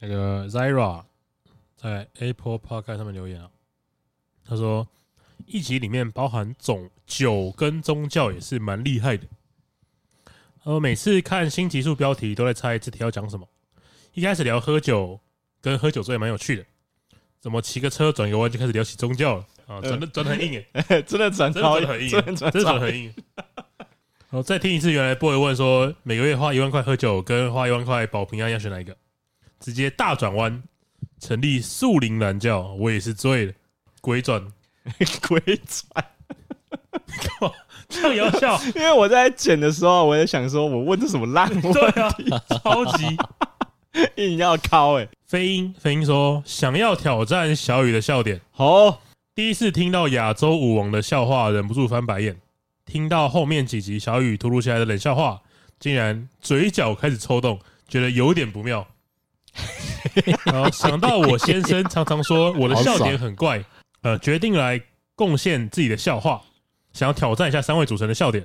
那个 Zira 在 Apple Podcast 上面留言啊，他说一集里面包含总九跟宗教也是蛮厉害的。他说每次看新集数标题都在猜这题要讲什么，一开始聊喝酒跟喝酒醉蛮有趣的，怎么骑个车转个弯就开始聊起宗教了啊，转的转的很硬诶、 真的转真的超转很硬，真的转真的超转很 硬。然后再听一次，原来 boy 问说，每个月花一万块喝酒跟花一万块保平安要选哪一个？直接大转弯，成立树林蓝教，我也是醉了，鬼转，鬼转。这样也要笑， 因为我在剪的时候，我在想说， 我问这什么 烂问对啊，超级。 题，硬要敲哎、飞鹰，飞鹰说想要挑战小雨的笑点，好，第一次听到亚洲舞王的笑话，忍不住翻白眼。听到后面几集小雨突如其来的冷笑话，竟然嘴角开始抽动，觉得有点不妙。然后想到我先生常常说我的笑点很怪，呃，决定来贡献自己的笑话，想要挑战一下三位主持人的笑点。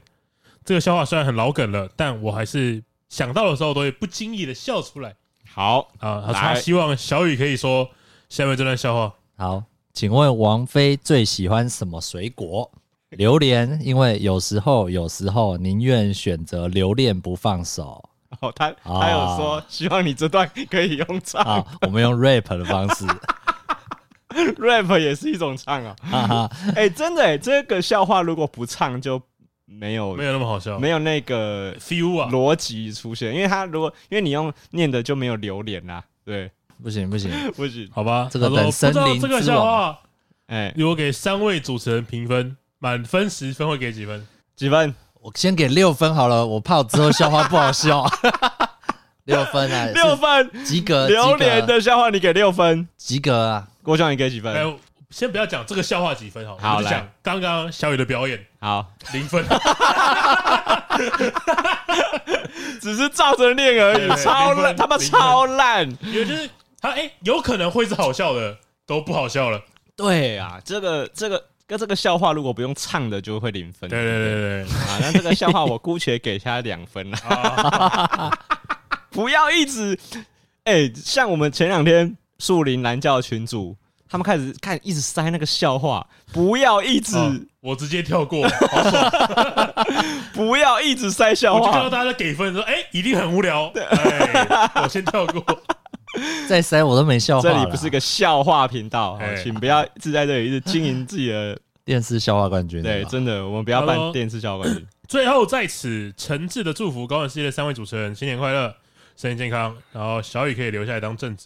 这个笑话虽然很老梗了，但我还是想到的时候都会不经意的笑出来好，啊。他说来他希望小雨可以说下面这段笑话。好，请问王菲最喜欢什么水果？榴莲，因为有时候有时候宁愿选择留恋不放手。好，他他啊有说，希望你这段可以用唱 好，啊我们用 rap 的方式， ，rap 也是一种唱啊。哈哈，哎、真的哎、这个笑话如果不唱就没有没有那么好笑，没有那个 feel 啊，逻辑出现，因为他如果因为你用念的就没有榴莲啦，对，不行不行，不行，好吧。这个他说等森林不知道这个之笑王话，哎、如果给三位主持人评分，满分十分会给几分？几分？我先给六分好了，我怕我之后笑话不好笑。 六分啊，六分，是呃及格，榴莲的笑话你给六分，及格及格啊，郭晓你给几哎分？，先不要讲这个笑话几分好了，嗯好我就来讲刚刚小雨的表演好，零分，只是照着念而对对已，超零分烂，他妈零分超烂！也就是他哎，有可能会是好笑的，都不好笑了。对啊，这个这个跟这个笑话如果不用唱的就会零分，对对对对对，啊，那这个笑话我姑且给他两 分啦，啊不要一直，哎，像我们前两天树林蓝教群主。他们开始看，一直塞那个笑话，不要一直、啊我直接跳过，好不要一直塞笑我就看到话。大家在给分说，哎，一定很无聊，哎，我先跳过。再塞我都没笑话这了。里不是个笑话频道，哦哎请不要一直在这里一直经营自己的。电视笑话冠军，对，吧真的，我们不要办 Hello 电视笑话冠军。最后在此诚挚的祝福高冷世界的三位主持人新年快乐，身体健康，然后小雨可以留下来当正职。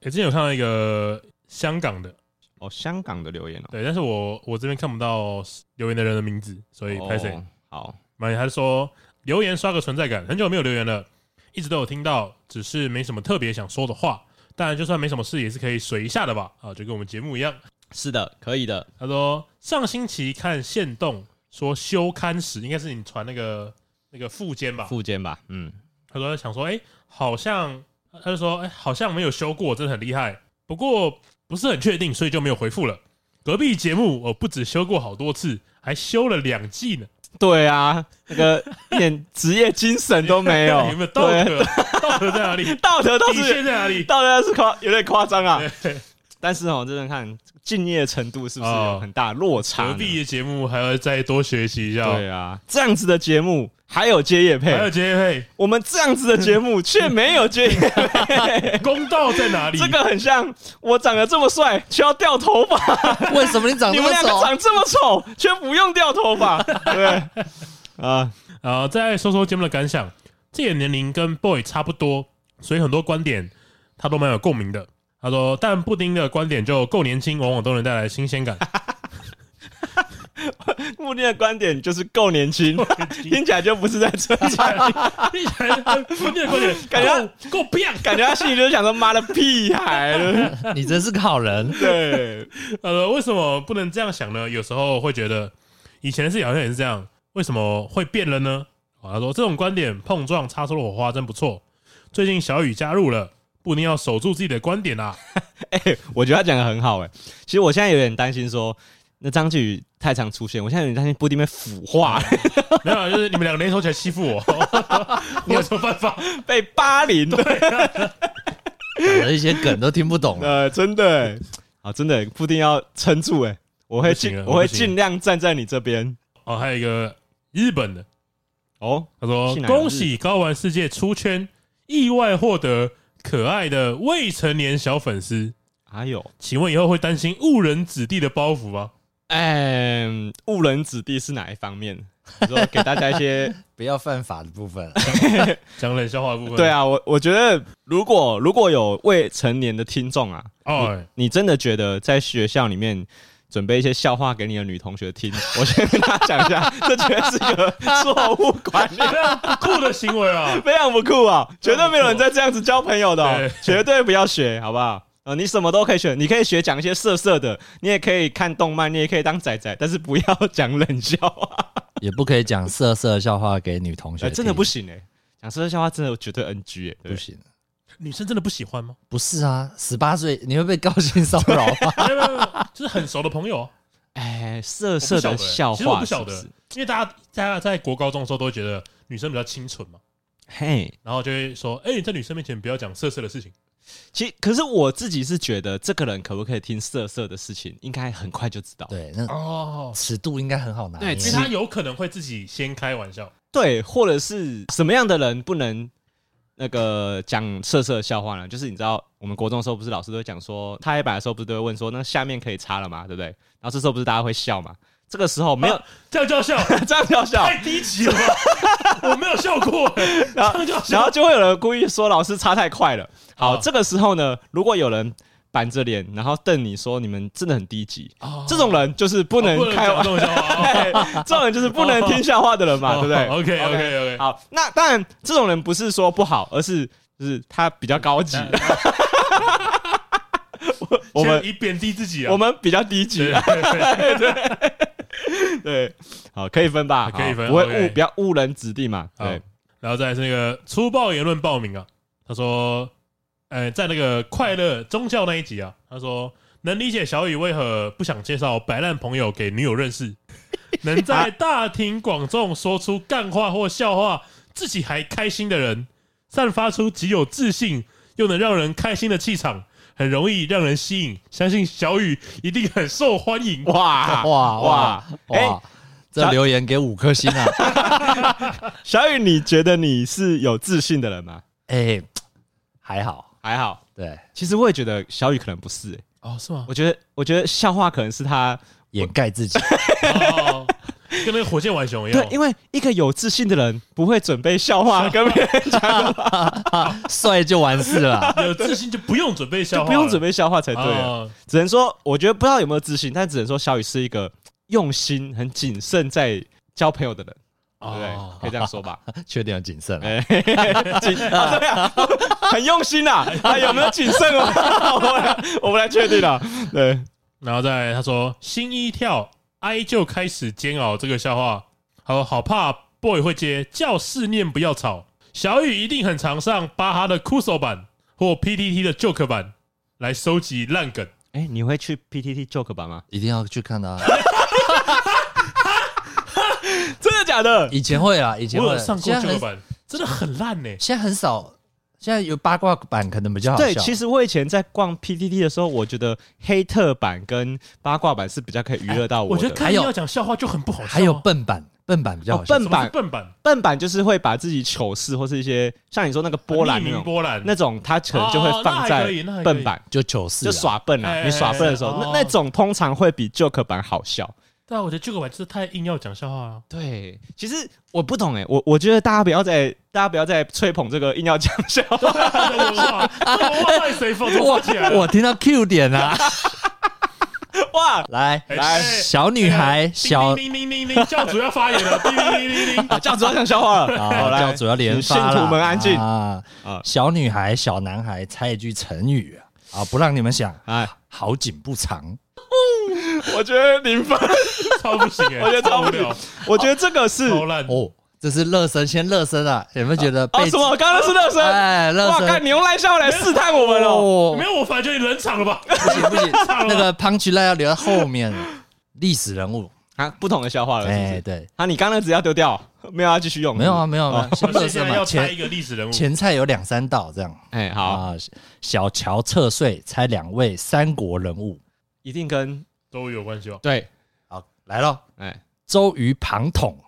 诶、之前有看到一个香港的，哦，香港的留言哦，对，但是我我这边看不到留言的人的名字，所以拍谁？哦好，蛮、他说留言刷个存在感，很久没有留言了，一直都有听到，只是没什么特别想说的话。当然，就算没什么事，也是可以水一下的吧？啊，就跟我们节目一样。是的，可以的。他说上星期看线动说休刊时，应该是你传那个那个附件吧？附件吧，嗯，他说想说，哎、好像他就说，哎、好像没有修过，真的很厉害。不过不是很确定，所以就没有回复了。隔壁节目我不止修过好多次，还修了两季呢。，对啊，那个一点 职业精神都没有 有没有道对，德？ 道德在哪里？ 道德倒底是线在哪里？道德倒是夸有点夸张啊。对但是哦，真的看敬业程度是不是有哦很大落差隔呢？壁的节目还要再多学习一下哦。对啊，这样子的节目还有接业还有配，杰我们这样子的节目 却没有接业配。 佩，公道在哪里？这个很像我长得这么帅，却要掉头发；为什么你长你们那么两个丑？长这么丑，却不用掉头发，对不对啊、啊、再说说节目的感想。这个年龄跟 Boy 差不多，所以很多观点他都蛮有共鸣的。他说，但布丁的观点就够年轻，往往都能带来新鲜感。目的的观点就是够年轻， 听起来就不是在吹，听起来， 听起来，布丁的观点感觉够够变。 感觉他心里就是想说：“妈的，屁孩！” 你真是个好人。对，他说，呃为什么不能这样想呢？有时候会觉得以前的事情好像也是这样，为什么会变了呢？啊，他说这种观点碰撞擦出了火花，真不错。最近小雨加入了，布丁要守住自己的观点啊。 哎、我觉得他讲的很好、哎，其实我现在有点担心说，那张继宇太常出现，我现在有点担心布丁被腐化、没有啊，就是你们两个联 手起来欺负我，我有什么办法？被霸凌。讲的一些梗都听不懂 了。呃，真的欸，啊，真的欸，布丁要撑住哎，我会不行尽了我我会不行了尽量站在你这边哦，还有一个日本的，哦。他说是：“哪个恭喜高玩世界出圈，意外获得可爱的未成年小粉丝。还有，请问以后会担心误人子弟的包袱吗？哎，误人子弟是哪一方面？你说给大家一些不要犯法的部分了，讲冷笑话的部分。对，啊，我我觉得如果如果有未成年的听众啊，哦，哎你真的觉得在学校里面准备一些笑话给你的女同学 听，我先跟大家讲一下，这绝对是个错误 观念。！非常不酷的行为啊非常不酷啊！绝对没有人在这样子交朋友的、哦对，绝对不要学，好不好？啊、你什么都可以学，你可以学讲一些色色的，你也可以看动漫，你也可以当仔仔，但是不要讲冷笑 话，也不可以讲色色的笑话给女同学哎听，真的不行哎、讲色色笑话真的绝对 NG 哎、对不行。女生真的不喜欢吗？不是啊，十八岁你会被高性骚扰吗？没有没有没有，就是很熟的朋友啊，哎，色色的笑其实我话不是晓不得是？，因为大家大家在国高中的时候都会觉得女生比较清纯嘛，嘿，然后就会说：哎，你在女生面前不要讲色色的事情。其可是我自己是觉得，这个人可不可以听色色的事情，应该很快就知道。对，那哦，尺度应该很好拿捏。对因为他有可能会自己先开玩笑。对，或者是什么样的人不能那个讲色色的笑话呢？就是你知道，我们国中的时候不是老师都会讲说，擦黑板的时候不是都会问说，那下面可以擦了吗？对不对？然后这时候不是大家会笑嘛？这个时候没有、这样叫笑， 这样就要笑，太低级了吧？我没有笑过、欸，这 然后样叫 然后笑。就会有人故意说老师擦太快了。好，啊这个时候呢，如果有人板着脸，然后瞪你说你们真的很低级，哦这种人就是不能开玩这种笑 话，哦嘿这种人就是不能听笑话的人嘛，对不对？OK OK OK，好，那当然，这种人不是说不好，而是就是他比较高级， 我们以贬低自己嗯啊，我们比较低级对。对对 啊对，好，可以分吧，可以分好不会误 OK 不要误人子弟嘛。好对，然后再来是那个粗暴言论报名啊，他说，呃，在那个快乐宗教那一集啊，他说能理解小雨为何不想介绍白烂朋友给女友认 识，能在大庭广众说出干话或笑话，自己还开心的人，散发出极有自信又能让人开心的气场，很容易让人吸引，相信小雨一定很受欢迎。哇哇哇哎、哇，这留言给五颗星啊！小雨，你觉得你是有自信的人吗？哎，还好，还好，对，其实我也觉得小雨可能不是、欸哦，是吗？我觉得，我觉得笑话可能是他掩盖自己。哦，跟那个火箭浣熊一样对，，因为一个有自信的人不会准备笑话跟别人讲的话，帅就完事了。 有自信就不用准备笑就话，不用准备笑话才对啊。哦只能说，我觉得不知道有没有自信，但只能说小雨是一个用心、很谨慎在交朋友的人，对哦不对？可以这样说吧？缺点有谨慎了。哎， 谨啊对啊，很用心啊！啊，有没有谨慎哦？ 我们来，我们来确定了。对，然后再来他说心一跳，哀就开始煎熬这个笑话，他说好怕 boy 会接教室念不要吵，小雨一定很常上巴哈的 Kuso 版或 PTT 的 Joke 版来收集烂梗。哎，你会去 PTT Joke 版吗？一定要去看的啊！真的假的？以前会啊，以前我会有上过现在 Joke 很版，真的很烂呢、现在很少，现在有八卦版可能比较好笑。对，其实我以前在逛 PTT 的时候，我觉得黑特版跟八卦版是比较可以娱乐到哎我我觉得。的还看有要讲笑话就很不好笑啊、还有笨版，笨版比较好笑哦。笨什么是笨版笨版就是会把自己糗事或是一些像你说那个波兰匿那名种波兰那种，它可能就会哦放在那还可以那还可以笨版。就糗事就啊，耍笨啊！哎你耍笨的时候，哎哎那那种通常会比 joke 版好笑。对啊，我觉得 Joke 版就是太硬要讲笑话了、 对，其实我不懂哎、我我觉得大家不要再大家不要再吹捧这个硬要讲笑话，这文化，这文化太随风我就起来了。我听到 Q 点啊！哇！来来小女孩，小哎叮叮叮叮叮，教主要发言 了，叮叮叮叮叮。教主要讲笑话 了，好啊，来教主要连发信徒了们安静啊啊！小女孩，小男孩，猜一句成语啊啊！不让你们想，哎，好景不长。我觉得 零分，超不行哎、我觉得超无不行聊，我觉得这个是超烂。哦，这是热身，先热身啊！有没有觉得哦被什么？刚刚是热身，哎，热哇！身看你用烂笑话来试探我们哦。哦没，有，我反正觉得你冷场了吧？不行不行，唱了那个 punch line 要留在后面。历史人物啊，不同的笑话了，是不哎，是？对，啊，你刚刚只要丢掉，没有要继续用？没有啊，没有啊，我没有现在嘛要猜前一个历史人物，前菜有两三道这样。是不是。哎，好，啊，小乔侧睡猜两位三国人物。一定跟都有关系吧？对，好，来咯，哎，周瑜庞统，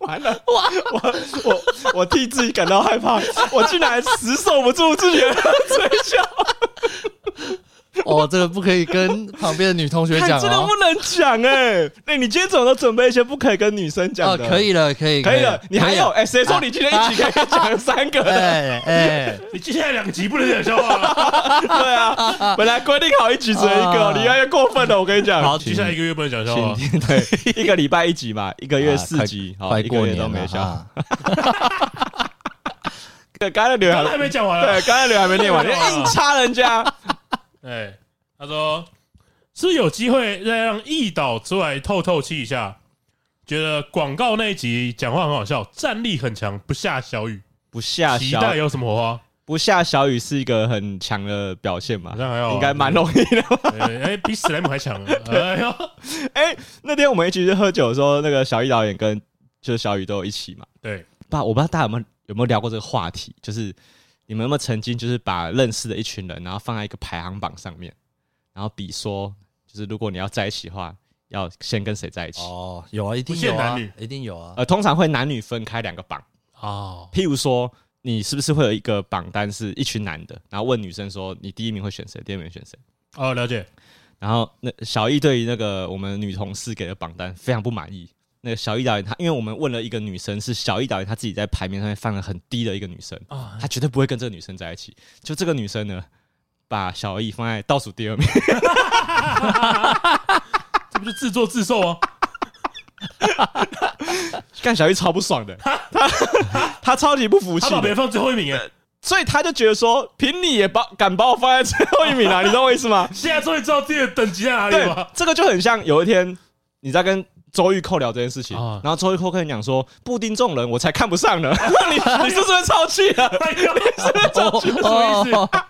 完 了，哇，我我我替自己感到害怕，我竟然死守不住自己的嘴笑， 哦，这个不可以跟旁边的女同学看讲哎真的哦不。能讲哎。哎，你今天怎么都准备一些不可以跟女生讲哦，的？可，以了，可以，可以了。你还有可以了啊哎，谁说你今天一起可以讲三个的？ 哎哎，你接下来两集不能讲笑话了，对啊，本来规定好一集只能一个，啊你越来越过分了，我跟你讲。好接下来一个月不能讲笑话。啊对，一个礼拜一集嘛，一个月四集，好，啊快一个过月年都没了啊笑。哈。对，刚才刘刚才还还没讲完 对啊，，刚才刘还没念完，你对啊 硬插人家。哎，他说是不是有机会再让易导出来透透气一下？觉得广告那一集讲话很好笑，战力很强，不下小雨， 不下期待小有什么火花？不下小雨是一个很强的表现吧 好？像还好，应该蛮容易的。 对。哎，比史莱姆还强。哎呦，哎，那天我们一起去喝酒的时候，那个小易导演跟就是小雨都有一起嘛。对，爸，我不知道大家有没有有没有聊过这个话题，就是你们有没有曾经就是把认识的一群人，然后放在一个排行榜上面，然后比说，就是如果你要在一起的话，要先跟谁在一起？哦，有啊，一定不限有啊男女，一定有啊。呃，通常会男女分开两个榜，哦，譬如说，你是不是会有一个榜单是一群男的，然后问女生说你第一名会选谁，第二名会选谁？哦，了解。然后那小易对于那个我们女同事给的榜单非常不满意。那个小易导演他，因为我们问了一个女生，是小易导演他自己在排名上面放了很低的一个女生，啊他绝对不会跟这个女生在一起。就这个女生呢，把小易放在倒数第二名， 这不是自作自受啊？干小易超不爽的，他他超级不服气他把别人的放最后一名哎，所以他就觉得说，凭你也把敢把我放在最后一名啊，你懂我意思吗？现在终于知道自己的等级在哪里了对吧？，这个就很像有一天你在跟周玉蔻聊这件事情，啊然后周玉蔻跟你讲说，布丁这种人我才看不上呢，你你是不是超气 了？哎呦，哦什么意思哦哦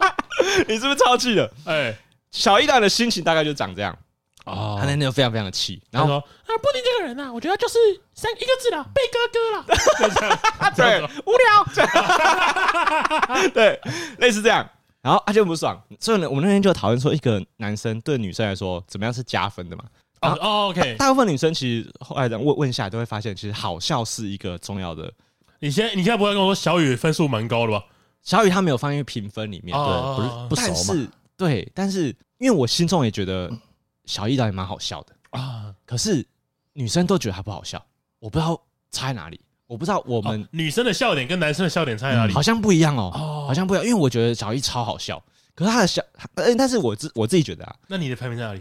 你是不是超气了？ 哎，小一蛋的心情大概就长这样，哦他那天就非常非常的气，然他后说啊，布丁这个人呐、啊，我觉得就是三一个字啦，贝哥哥啦。啊对这样无聊， 对，类似这样。然后他就很不爽，所以呢，我们那天就讨论说，一个男生对女生来说怎么样是加分的嘛？哦哦，OK，大部分女生其实后来这样问问一下，都会发现，其实好笑是一个重要的。你现在你现在不会跟我说小雨分数蛮高的吧？小雨他没有放进评分里面，哦对，不是不但熟嘛？是对，但是因为我心中也觉得小易导演蛮好笑的，啊，可是女生都觉得他不好笑，我不知道差在哪里，我不知道我我们、啊女生的笑点跟男生的笑点哦差在哪里？好像不一样哦，哦好像不一样，因为我觉得小易超好笑，可是他的笑，呃，但是我自我自己觉得啊，那你的排名在哪里？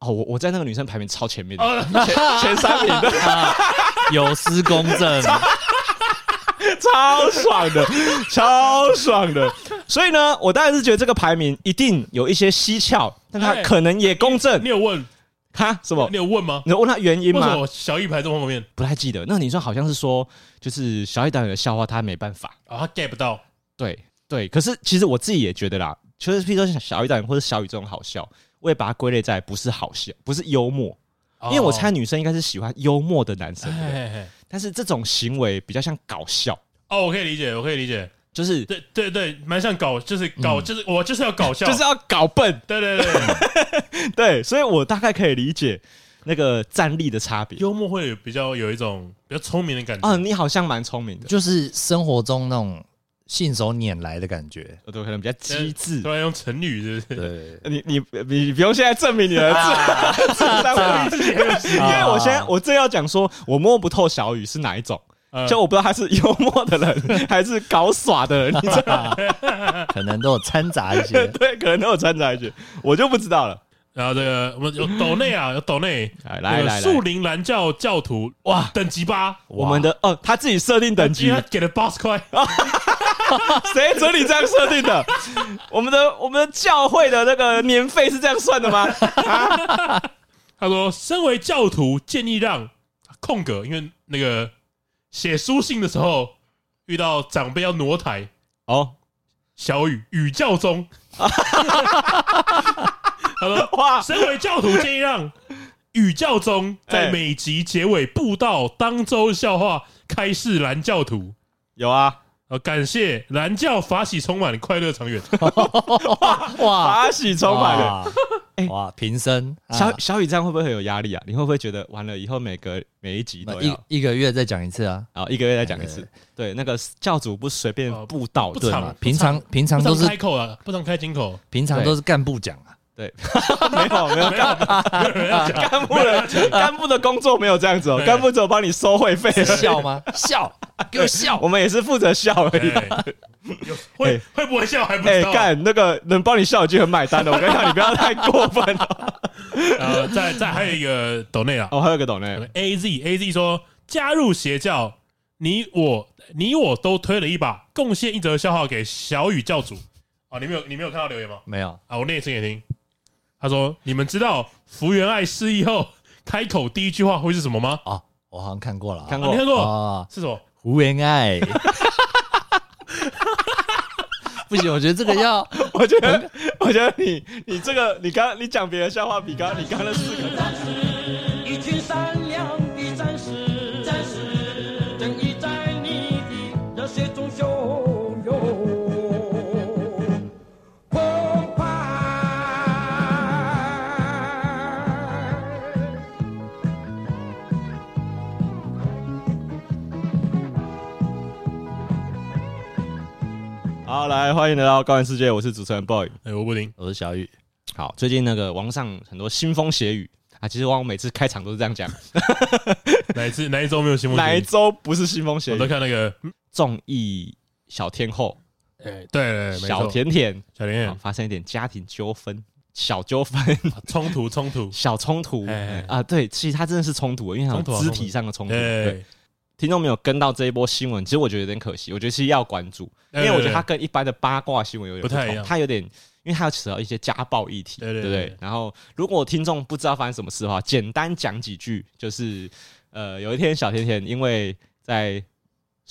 哦，我我在那个女生排名超前面的，哦，前前三名 的 有失公正， 超爽的，超爽的，所以呢，我当然是觉得这个排名一定有一些蹊跷，但他哎可能也公正你，有问？哈，什么你？有问吗？你问他原因为什吗？么小雨排这么后面不太记得。那女生好像是说，就是小野导演的笑话她没办法。啊？他 get 不到对对，可是其实我自己也觉得啦，就是譬如说小野导演或者小雨这种好笑，我也把它归类在不是好笑，不是幽默，因为我猜你女生应该是喜欢幽默的男生，对不对哦哎但是这种行为比较像搞笑，哦，我可以理解，我可以理解，就是对对对，蛮像搞，就是搞，就是我就是要搞笑，嗯就是要搞笨，对对 对，对，所以我大概可以理解那个战力的差别。幽默会有比较有一种比较聪明的感觉啊，你好像蛮聪明的，就是生活中那种信手拈来的感觉。我都可能比较机智突。然啊用成语是不是？对，你你你你不用现在证明你的 智智商我自己因为我现在我正要讲说，我摸不透小雨是哪一种，呃就我不知道他是幽默的人还是搞耍的人，你知道可能都有掺杂一些。对，可能都有掺杂一句，我就不知道了。然后这个我们有斗内啊，有斗内，来来这个来，树来林蓝教教徒哇，等级八，我们的哦，他自己设定等级他，给了八十块，谁准你这样设定的？我们的我们的教会的那个年费是这样算的吗？他说身为教徒建议让空格，因为那个写书信的时候遇到长辈要挪台，哦，小雨与教 宗。他说 哇，身为教徒，建议让宇教宗在每集结尾布道当周笑话，开示蓝教徒。有啊，呃，感谢蓝教法喜充满，快乐长 远。 哇，法喜充满了。哇哇，平生啊小小雨这样会不会很有压力啊？你会不会觉得完了以后每个每一啊集都一要一个月再讲一次啊，啊一个月再讲一次？哎对，那个教主不随便哦布道不的，对常嘛？不平常常平不常都常是开口了，不常开金口，平常都是干部讲啊，对，没有没有没有 没有人要讲，干部的干部的工作没有这样子哦，对干部只有帮你收会 费，笑吗？笑，给 我笑我们也是负责笑而已。 哎有会哎会不会笑还不哎知，道。干那个能帮你笑已经很买单了，我 跟你讲，你不要太过分了。呃，再再还有一个抖内啊，哦，还有一个懂呢， A Z A Z 说加入邪教，你我你我都推了一把，贡献一则笑话给小雨教主。啊，你没有你没有看到留言吗？没有？啊，我念一次给你听。他说：“你们知道福原爱失忆后开口第一句话会是什么吗？哦，我好像看过了啊，看啊、你过看过、啊，是什么？胡言爱。 不行，我觉得这个要 我觉得，我觉得你你这个你刚你讲别人笑话比刚你刚那四个嗯战士，一群善良的战士，战士，正义在你的热血中汹涌澎湃。好，来欢迎来到高玩世界，我是主持人 boy。哎、我不听。我是小雨，好，最近那个网上很多腥风血雨啊，其实我每次开场都是这样讲，哪一次哪一周没有新闻？ 哪一周不是腥风血我都雨？看那个，嗯综艺小天后哎，对对对，没小错，嗯甜甜小甜啊甜发生一点家庭纠纷，小纠纷、冲突冲 突，小冲突嗯哎啊，对，其实他真的是冲突，因为冲突他啊有肢冲突体上的冲突。对，对，听众没有跟到这一波新闻，其实我觉得有点可惜，我觉得是要关注，因对为我觉得对它跟一般的八卦新闻有点不太同一样它有点，因为它有扯到一些家暴议题，对不对对对对？然后如果听众不知道发生什么事的话，简单讲几句，就是呃，有一天小甜甜因为在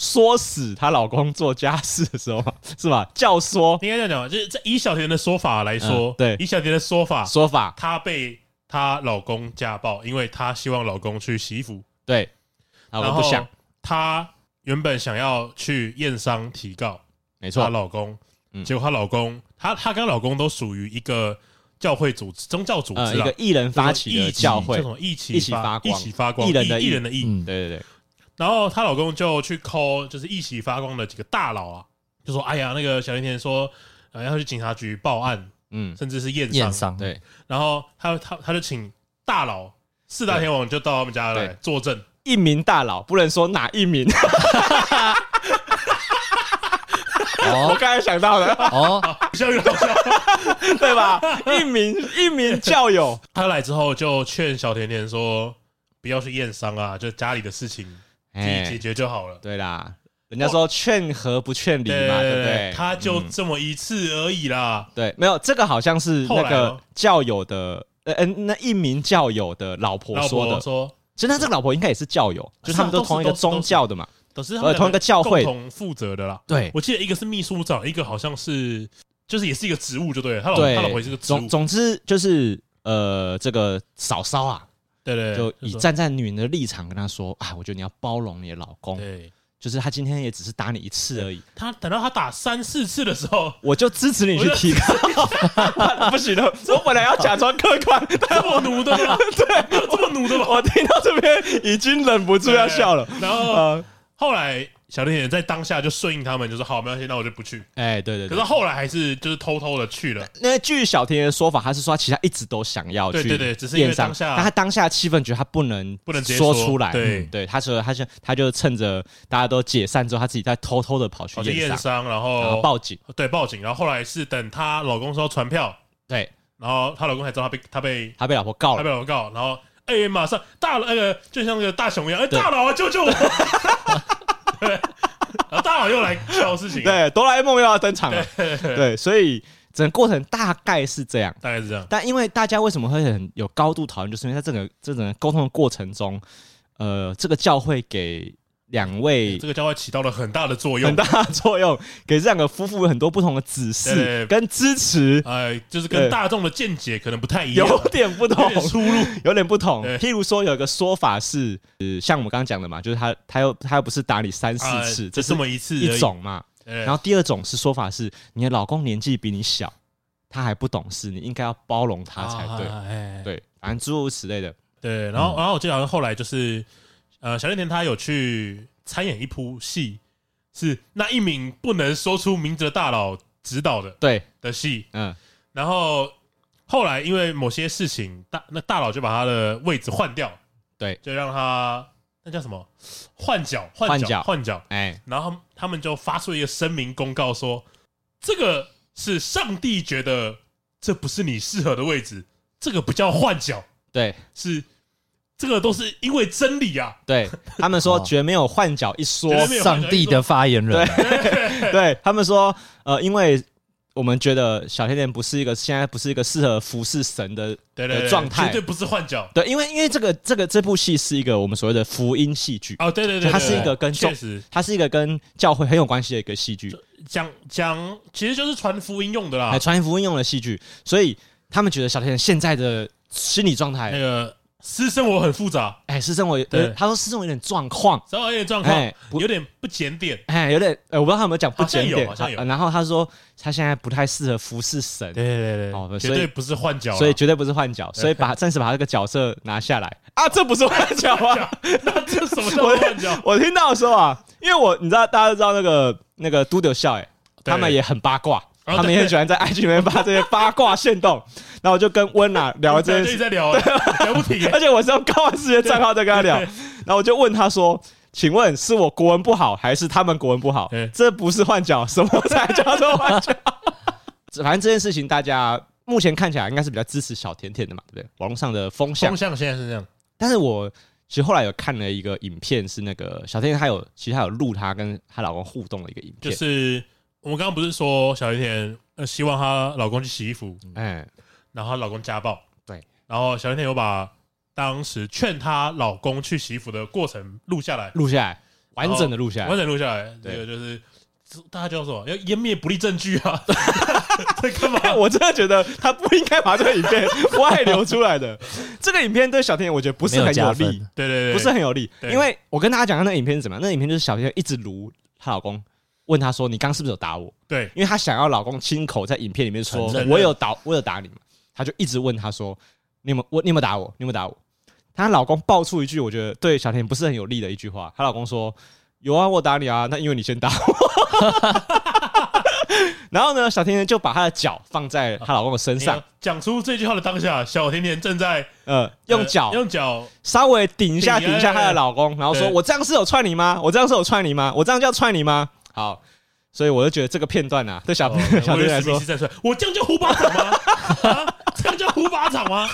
唆使她老公做家事的时候， 是吧？教唆应该这样讲吧，就是这以小甜的说法来说，嗯对以小甜的说法，说法，她被她老公家暴，因为她希望老公去洗衣服，对，然啊，我后不想，她原本想要去验伤提告没她错，老公嗯，结果她老公，她她跟她老公都属于一个教会组织、宗教组织呃，一啊个，艺人发起叫的做教会叫，什么一起一起发光一起发光，艺人的艺艺人的艺，对嗯，对对，然后她老公就去抠，就是一起发光的几个大佬啊，就说：“哎呀，那个小甜甜说，呃，要去警察局报案，嗯，甚至是验验伤。伤，对，然后他他他就请大佬四大天王就到他们家来对作证，一名大佬不能说哪一名，我 哦刚才想到的，哦，笑啊于好 笑。对吧？一名一名教友，他来之后就劝小甜甜说：“不要去验伤啊，就家里的事情自己解哎，决就好了。对啦，人家说劝和不劝离嘛，哦对不对？他就嗯这么一次而已啦。对，没有这个好像是后那来个哦教友的，呃，呃那一名教友的老婆老嗯说婆的，说，其实他这个老婆应该也是教友，就是他们都是啊同一个都是都是宗教的嘛，都是他呃们同一个教会共同负责的啦。对我记得一个是秘书长，一个好像是就是也是一个职务，就对了。哦他老他老婆也对是个，职务总，总之就是呃，这个嫂嫂啊，对对，就对以说站在女人的立场跟她说啊，我觉得你要包容你的老公，对。就是他今天也只是打你一次而已，他等到他打三四次的时候，我就支持你去提 高。不行 了， 我本来要假装客 观，但这么奴的 吗？对，有这么奴的吗？我听到这边已经忍不住要笑了。然后呃，后来小甜甜在当下就顺应他们，就说好，没关系，那我就不去。哎，对对可是对。后来还是就是偷偷的去了，那据小甜甜的说法，她是说她其实她一直都想要去对对对只是因为验伤当下但她当下气氛觉得她不能不能直接说说出来，对嗯对，她说她就她就趁着大家都解散之后，她自己再偷偷的跑去跑去哦验验伤，伤，然然后后报警，对报警，然后后来是等她老公收到传票，对然后她老公才知道她被她被她被老婆告她了被，老公告，然后哎马上大佬那个就像那个大熊一样，哎对大佬啊救救我！ 对，然后大佬又来挑事情，对，哆啦 A 梦又要登场了， 对，对，所以整个过程大概是这样。大概是这样，但因为大家为什么会很有高度讨论，就是因为在这个这整个沟通的过程中，呃，这个教会给两位这个教会起到了很大的作用很。大的作用，给这两个夫妇有很多不同的指对示对对跟支持，哎，就是对跟大众的见解可能不太一样，有点不同有，点出入。有点不同。对譬如说，有一个说法是，呃，像我们刚刚讲的嘛，就是他他又他又不是打你三四啊次，就这这么么一次而一已。种嘛。然然后第二种是说法是，你的老公年纪比你小，他还不懂事，你应该要包容他才啊对。对对，反正诸如此类的。对，然后然后我记得好像后来就是，呃，小甜甜她有去参演一部戏，是那一名不能说出名字的大佬指导的对，的戏，嗯，然后后来因为某些事情，大那大佬就把他的位置换掉，对就让他那叫什么换角换换角角换角，哎，然后他们他们就发出一个声明公告说，这个是上帝觉得这不是你适合的位置，这个不叫换角，对是这个都是因为真理啊，对，他们说哦绝没有换角一说绝，对没有上帝的发言人，啊 对他们说，呃，因为我们觉得小甜甜不是一个现在不是一个适合服侍神的对对对，的状态绝对不是换角。对，因为因为这个这个这部戏是一个我们所谓的福音戏剧，哦，对对对，它对是一个对跟确众实它是一个跟教会很有关系的一个戏剧，讲讲，其实就是传福音用的啦来。传福音用的戏剧，所以他们觉得小甜甜现在的心理状那态，个私生活很复杂，哎，私生活有，对他说私生活有点状况，稍微有点状况哎，，不有点不检点。哎，有点，呃，我不知道他有没有讲不检点好像有好像有啊然后他说他现在不太适合服侍神，对对对哦对，绝所以对不是啊换角啦，所以绝对不是换角，所以把暂时把这个角色拿下来啊，这不是换角啊！那这什 么叫做换角？我听到的时候啊，因为我你知道大家都知道那个那个都丢笑哎、对他们也很八卦。哦他们也很喜欢在 IG 里面发这些八卦线动，然后我就跟温娜聊这对对件事，在 聊，聊不停。而且我是用高玩世界账号在跟他聊，对然后我就问他说：“请问是我国文不好，还是他们国文不好对？这不是换角，什么才叫做换 角？”反正这件事情大家目前看起来应该是比较支持小甜甜的嘛，对不对？网络上的风向风，向现在是这样，但是我其实后来有看了一个影片，是那个小甜甜她有其实她有录她跟她老公互动的一个影就片，是我们刚刚不是说小甜甜呃希望她老公去洗衣服，哎，然后她老公家暴，对，然后小甜甜有把当时劝她老公去洗衣服的过程录下来，录下来完整的录下完来，整录下来，对这个就是大家叫什么？要湮灭不利证据 啊，在干嘛？我真的觉得他不应该把这个影片外流出来的。这个影片对小甜甜我觉得不不是很有加利分，，对对对，不是很有利，对因为我跟大家讲，那个影片是怎么样？那个影片就是小甜甜一直撸她老公，问她说：“你刚是不是有打我？”对因为她想要老公亲口在影片里面说承：“认我有打，我有打你嘛。”她就一直问她说：“你有没有我？你有没有打我？你有没有打我？”她老公爆出一句我觉得对小甜甜不是很有利的一句话，她老公说：“有啊，我打你啊，那因为你先打我。” 然后呢，小甜甜就把她的脚放在她老公的身上，讲出这句话的当下，小甜甜正在呃，用脚呃用脚稍微顶一下顶顶一下哎一下她的老公，然后说对我这样是有踹你吗？我这样是有踹你吗？我这样叫踹你吗？好，所以我就觉得这个片段啊，对小、哦 小威队尔来史密说斯，站出来，我这样叫胡巴掌 吗？啊这样叫胡巴掌吗？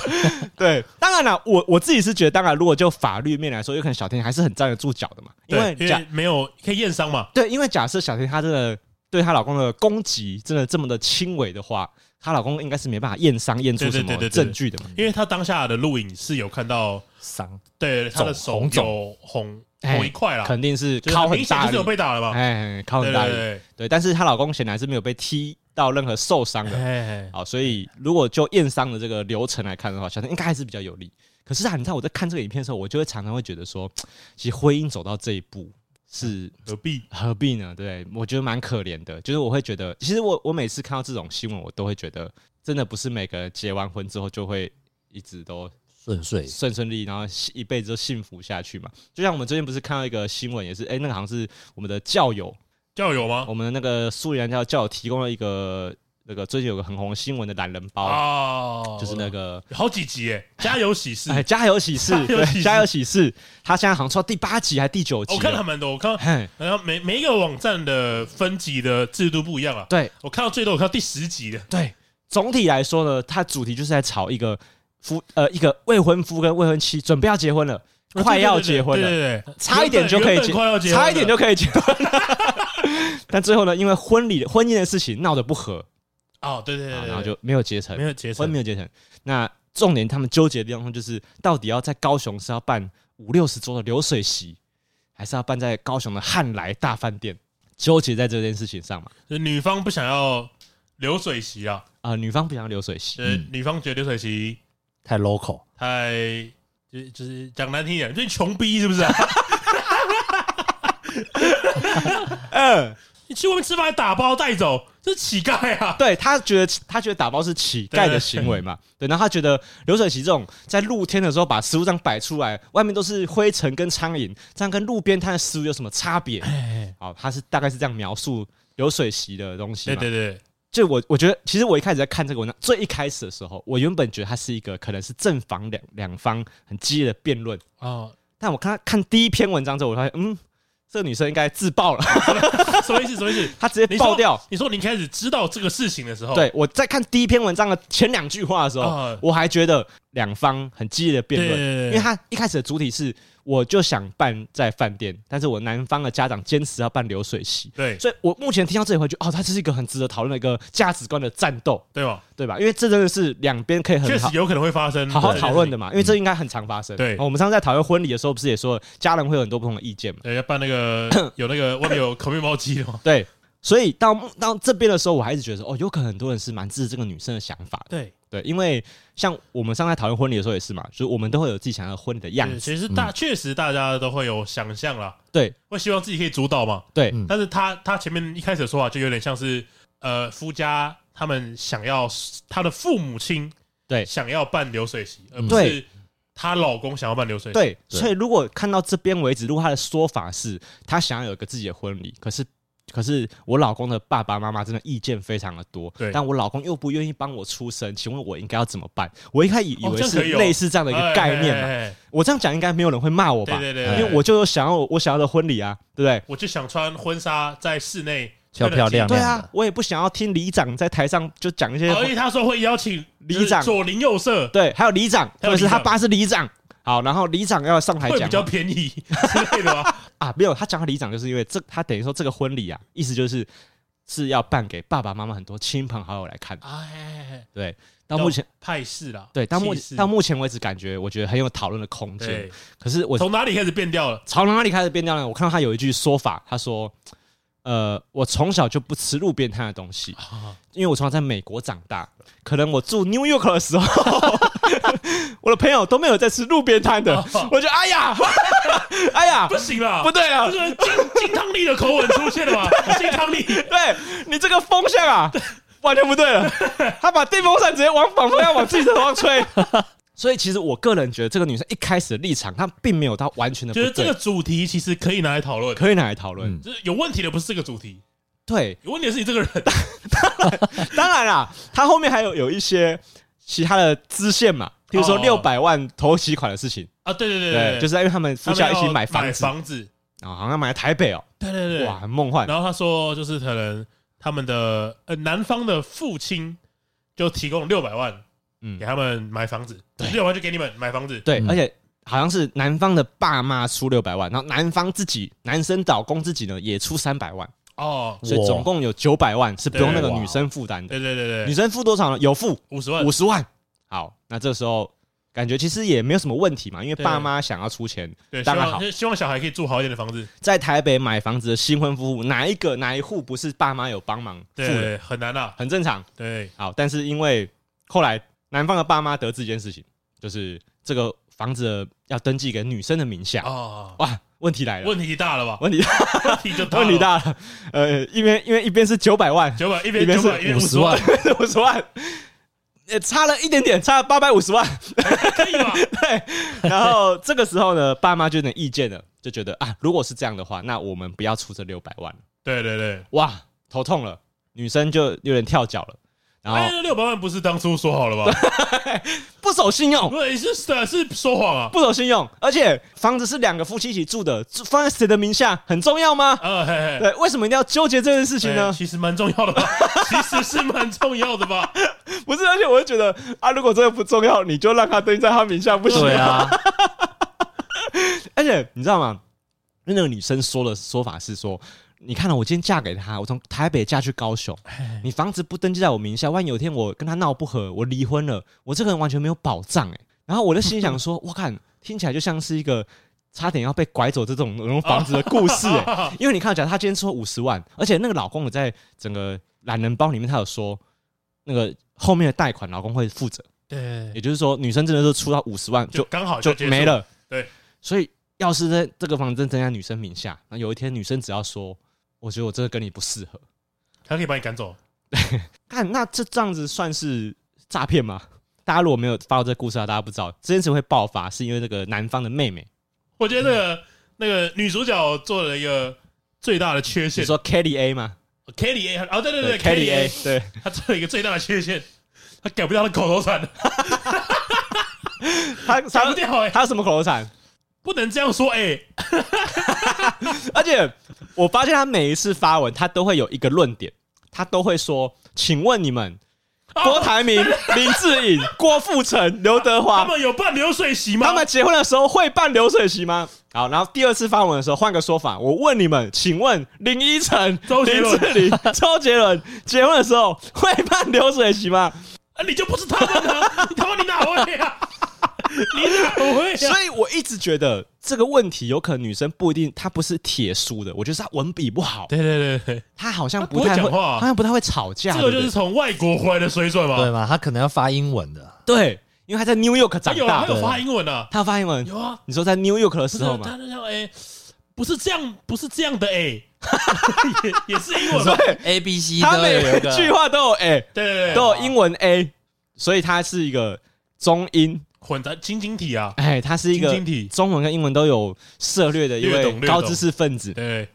对，当然了，我我自己是觉得，当然如果就法律面来说，有可能小天还是很站得住脚的嘛，因为对因假为没有可以验伤嘛，对，因为假设小天她真的对她老公的攻击真的这么的轻微的话，她老公应该是没办法验伤验出对对什对么对对证据的嘛。因为他当下的录影是有看到，伤对他的手红肿有红哎红一块啦，肯定是就是靠明很显大就是力有，被打了嘛，哎，靠对很大对力，对对，但是她老公显然是没有被踢到任何受伤对， 的，哎，好，所以如果就验伤的这个流程来看的话，小天应该还是比较有利。可是啊，你知道我在看这个影片的时候，我就会常常会觉得说，其实婚姻走到这一步是何必？何必呢？对我觉得蛮可怜的，就是我会觉得，其实我我每次看到这种新闻，我都会觉得，真的不是每个人结完婚之后就会一直都顺遂，顺顺利，利，然后一辈子都幸福下去嘛。就像我们最近不是看到一个新闻，也是哎、那个好像是我们的教友，教友吗？我们的那个苏联教教友提供了一个那个最近有个很红的新闻的懒人包，哦就是那个好几集耶，加油喜 事，哎，加油喜事，加油喜事哦对加油喜事，他现在好像出到第八集还是第九集了，我看了蛮多，我看嘿，然后每每一个网站的分级的制度不一样啊，对我看到最多我看到第十集的，对，总体来说呢，它主题就是在吵一个夫呃一个未婚夫跟未婚妻准备要结婚了， 快要结婚对了，对对对，差一点就可以原本快要结结，婚了差一点就可以结婚了。但最后呢，因为婚礼婚姻的事情闹得不和，哦，对对对啊对，然后就没有结成没，有结婚成，没有结成。那重点他们纠结的地方就是，到底要在高雄是要办五六十桌的流水席，还是要办在高雄的汉来大饭店？纠结在这件事情上嘛？就女方不想要流水席啊，啊、女方不想要流水席，就是女方觉得流水席太 local，太就是就是讲难听一点，就是穷逼是不是啊？ 嗯，你去外面吃饭还打包带走，这是乞丐啊！对他觉得他觉得打包是乞丐的行为嘛，对，然后他觉得流水席这种在露天的时候把食物这样摆出来，外面都是灰尘跟苍蝇，这样跟路边摊的食物有什么差别？好，他是大概是这样描述流水席的东西对嘛。对对，就我我觉得，其实我一开始在看这个文章，最一开始的时候，我原本觉得它是一个可能是正反两两方很激烈的辩论，啊，但我看他看第一篇文章之后，我发现，嗯，这个女生应该自爆了，什么意思？什么意思？她直接你爆掉。说哦你说你开始知道这个事情的时候，对我在看第一篇文章的前两句话的时候，啊我还觉得两方很激烈的辩论，对因为他一开始的主体是我就想办在饭店，但是我男方的家长坚持要办流水席，对所以我目前听到这里会觉得，哦，它这是一个很值得讨论的一个价值观的战斗，对吧？对吧？因为这真的是两边可以很确好实有可能会发生好好这件事情讨论的。嘛，因为这应该很常发生。嗯对哦我们上次在讨论婚礼的时候，不是也说家人会有很多不同的意见嘛？对，要办那 个有那个外面有烤面包机的吗？对，所以到到这边的时候，我还是觉得说，哦，有可能很多人是蛮支持这个女生的想法的。对，对，因为像我们上次在讨论婚礼的时候也是嘛，就是我们都会有自己想要的婚礼的样对子。其实大确实大家都会有想象啦，对会希望自己可以主导嘛。对嗯但是他他前面一开始的说法就有点像是呃夫家他们想要他的父母亲对想要办流水席，而嗯不是她老公想要办流水席。对，所以如果看到这边为止，如果她的说法是她想要有一个自己的婚礼，可是可是我老公的爸爸妈妈真的意见非常的多对，但我老公又不愿意帮我出声，请问我应该要怎么办？我一开始以哦为这样是可以哦类似这样的一个概念哎嘛，哎哎哎我这样讲应该没有人会骂我吧？对对对因对哎为我就有想要我想要的婚礼啊，对不对？我就想穿婚纱在室内漂漂亮对亮啊的，，我也不想要听里长在台上就讲一些吹冷气。而且他说会邀请里长就是左邻右舍，对，还有里长，还有特别是里他长爸是里长。好，然后里长要上台会比讲较话便宜之类的吧？啊，没有，他讲到里长就是因为这，他等于说这个婚礼啊，意思就是是要办给爸爸妈妈很多亲朋好友来看。哎，对，到目前派系啦，对到目气势到目前为止，感觉我觉得很有讨论的空间对。，可是我从哪里开始变调了？从哪里开始变掉呢？我看到他有一句说法，他说：“呃，我从小就不吃路边摊的东啊西，因为我从小在美国长大，可能我住 New York 的时候， 我的朋友都没有在吃路边摊啊的。我觉得哎呀， 哎呀不，行啦，不对啊这，是金金汤力的口吻出现了吧？金汤力，对你这个风向啊，完全不对了。他把电风扇直接往仿佛要往自己头上吹。 所以其实我个人觉得，这个女生一开始的立场，她并没有到完呃全的不觉对，得这个主题其实可以拿来讨论，可以拿来讨论。嗯就是有问题的不是这个主题，对，有问题的是你这个 人。当然啦，他后面还有有一些其他的支线嘛，比如说哦六百万投息款的事情，啊，对对对对，就是是因为他们夫他们妻一起要买买房子啊、房子，好像买台北哦，对对对，哇，很梦幻。然后他说，就是可能他们的呃男方的父亲就提供六百万，嗯给他们买房子，对六百万就给你们买房子，对，嗯而且好像是男方的爸妈出六百万，然后男方自己男生老公自己呢也出三百万，哦，所以总共有九百万是不用那个对女生负担的。对对对对，女生付多少呢？有付五十万五，十万。好，那这时候感觉其实也没有什么问题嘛，因为对爸妈想要出钱，对，希当然好望就是希望小孩可以住好一点的房子，在台北买房子的新婚夫妇，哪一个哪一户不是爸妈有帮忙付对的？对，很难啊，很正常。对，好，但是因为后来男方的爸妈得知一件事情，就是这个房子的要登记给女生的名下。哦，哇，问题来了，问题大了 吧？问题大，问题就大，哎问题，大了。呃，一边因为一边是九百万，九百一一边边九是百一边50 50万， 五十万，呃，差了一点点，差了八百五十 万。可以吧？然后这个时候呢，爸妈就有点意见了，就觉得啊，如果是这样的话，那我们不要出这六百万了。对对对，哇，头痛了，女生就有点跳脚了，然哎，后那六百万不是当初说好了吧？不守信用，不是是是是说谎啊？不守信用，而且房子是两个夫妻一起住的，住放在谁的名下很重要吗？啊，嘿嘿。对，为什么一定要纠结这件事情哎呢？其实蛮重要的吧，其实是蛮重要的吧。不是，而且我就觉得啊，如果真的不重要，你就让他登在他名下不行吗对？啊，而且你知道吗？那个女生说的说法是说，你看了、啊我今天嫁给他，我从台北嫁去高雄，你房子不登记在我名下，万一有一天我跟他闹不和，我离欸婚了，我这个人完全没有保障哎、然后我就心想说，我看听起来就像是一个差点要被拐走这种那种房子的故事、欸，因为你看，假如他今天说五十万，而且那个老公我在整个懒人包里面，他有说那个后面的贷款老公会负责，对，也就是说女生真的是出到五十万就就刚好就结束没。了。对，所以要是这这个房子真在女生名下，那有一天女生只要说，我觉得我真的跟你不适合，他可以把你赶走，看那这这样子算是诈骗吗？大家如果没有发到这个故事啊，大家不知道这件事会爆发，是因为这个男方的妹妹，我觉得那个那嗯个女主角做了一个最大的缺你陷说 Kelly A 吗？ ，Kelly A，哦，对对对 Kelly ，Kelly A， A，对，她做了一个最大的缺陷，她改不掉她的口头禅，他改不他掉哎，他有什么口头禅？不能这样说哎，而且我发现他每一次发文，他都会有一个论点，他都会说：“请问你们，郭台铭、林志颖、郭富城、刘德啊他华，们有办流水席吗？他们结婚的时候会办流水席吗？”好，然后第二次发文的时候换个说法，我问你们，请问林依晨、周杰林伦志玲、周杰伦结婚的时候会办流水席吗？啊，你就不是他们啊，你他妈你哪会啊？ 你哪会啊？所以我一直觉得这个问题有可能女生不一定她不是铁输的，我觉得是她文笔不好，对对对对，她好像她不不会太讲会，话她好像不太会吵架。这对个不就对是从外国回来的水准对嘛。吗？他可能要发英文的，对，因为他在 New York 他长啊有大他的，哎有发英文啊，他发英文。有啊，你说在 New York 的不时是候他嘛？就像哎，不是这样，不是这样的哎， 也也是英 文嘛。对， A B C 他都每有一个句话都有哎 A，对对对， 都有英文 A，所以他是一个中英，混杂晶晶体啊，哎，他是一个晶晶体中文跟英文都有涉略的一略位懂略高懂知识分子，对，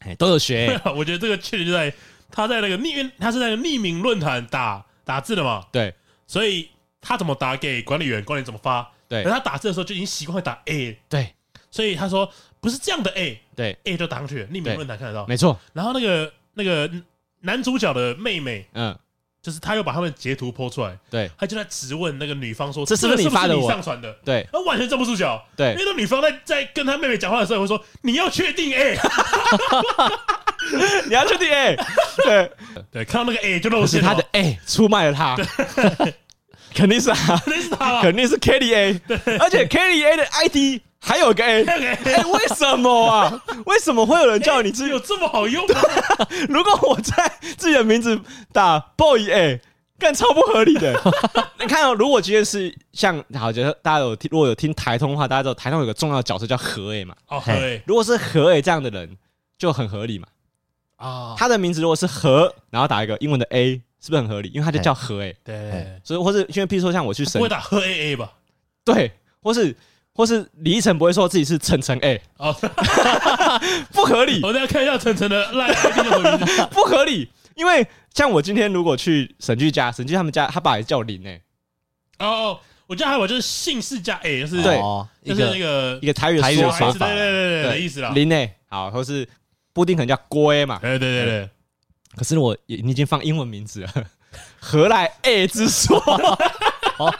哎，都有学对 A。啊， 我觉得这个确实就在他在那个匿，他是在那个匿名论坛打打字的嘛， 对所以他怎么打给管理员，管理员怎么发，对可是他打字的时候就已经习惯会打 A，对所以他说不是这样的 A。对， A 就打上去了，匿对名论坛看得到。没错，然后那个那个男主角的妹妹，嗯，就是他又把他们截图剖出来，对他就在质问那个女方说：“这是不是个你是发的哎你我上传的对？”他完全站不住脚，因对，为那女方在在跟他妹妹讲话的时候会说：“你要确定哎 A。 你要确定 A，对，”对，看到那个 A 就露可是馅他了的，A 出卖了他， 肯定是他，啊那是他吧。肯定是 Kelly A，而且 Kelly A 的 ID 还有个 A，那个 A 哎、为什么啊？为什么会有人叫你自己有？这么好用吗？如果我在自己的名字打 boy，哎、干超不合理的。 你看、哦，如果今天是像好，觉得大家有听，如果有听台通的话，大家知道台通有个重要的角色叫何哎嘛。哦，对如果是何哎这样的人，就很合理嘛。啊，他的名字如果是何，然后打一个英文的 A，是不是很合理？因为他就嘿叫何哎，对哎，所以或是因为譬如说像我去不神会打喝 A A 吧？对，或是或是李依晨不会说自己是晨晨哎，哦，不合理。 我再看一下晨晨的赖 ID 叫什么名字？不合理。因为像我今天如果去沈剧家，沈剧他们家，他爸也叫林诶、哦哦，我记得还有就是姓氏加 A，就是对哦就一是个那个一个台语台的语说的法说，对对对对对的意思啦。林诶、好，或是布丁可能叫郭 A 嘛，对对对对，可是我也你已经放英文名字了， 何来 A 之说？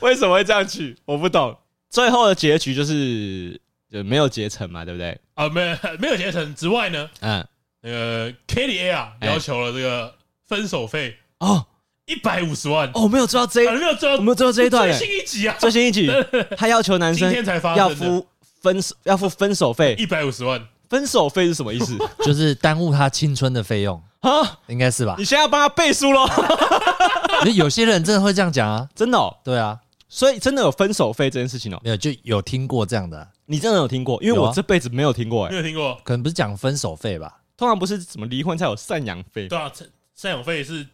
为什么会这样取？我不懂。最后的结局就是就没有结成嘛，对不对？啊，没有没有结成之外呢，嗯，那个 k d a 啊哎要求了这个分手费哦一百五十万，啊，哦，我没有知道这一，没有最我没有知道这一段、最欸。新一集啊，最新一集，他要求男今生天才发要生的，付分手，要付分手费，一百五十万，分手费是什么意思 就是耽误他青春的费用，啊？应该是吧你？现在要帮他背书喽？ 因为有些人真的会这样讲啊， 真的、哦，对啊，所以真的有分手费这件事情哦？没有就有听过这样的啊，你真的有听过？因为有我啊这辈子没有听过哎、没有听过，可能不是讲分手费吧？通常不是什么离婚才有赡养费？对啊，赡赡养费是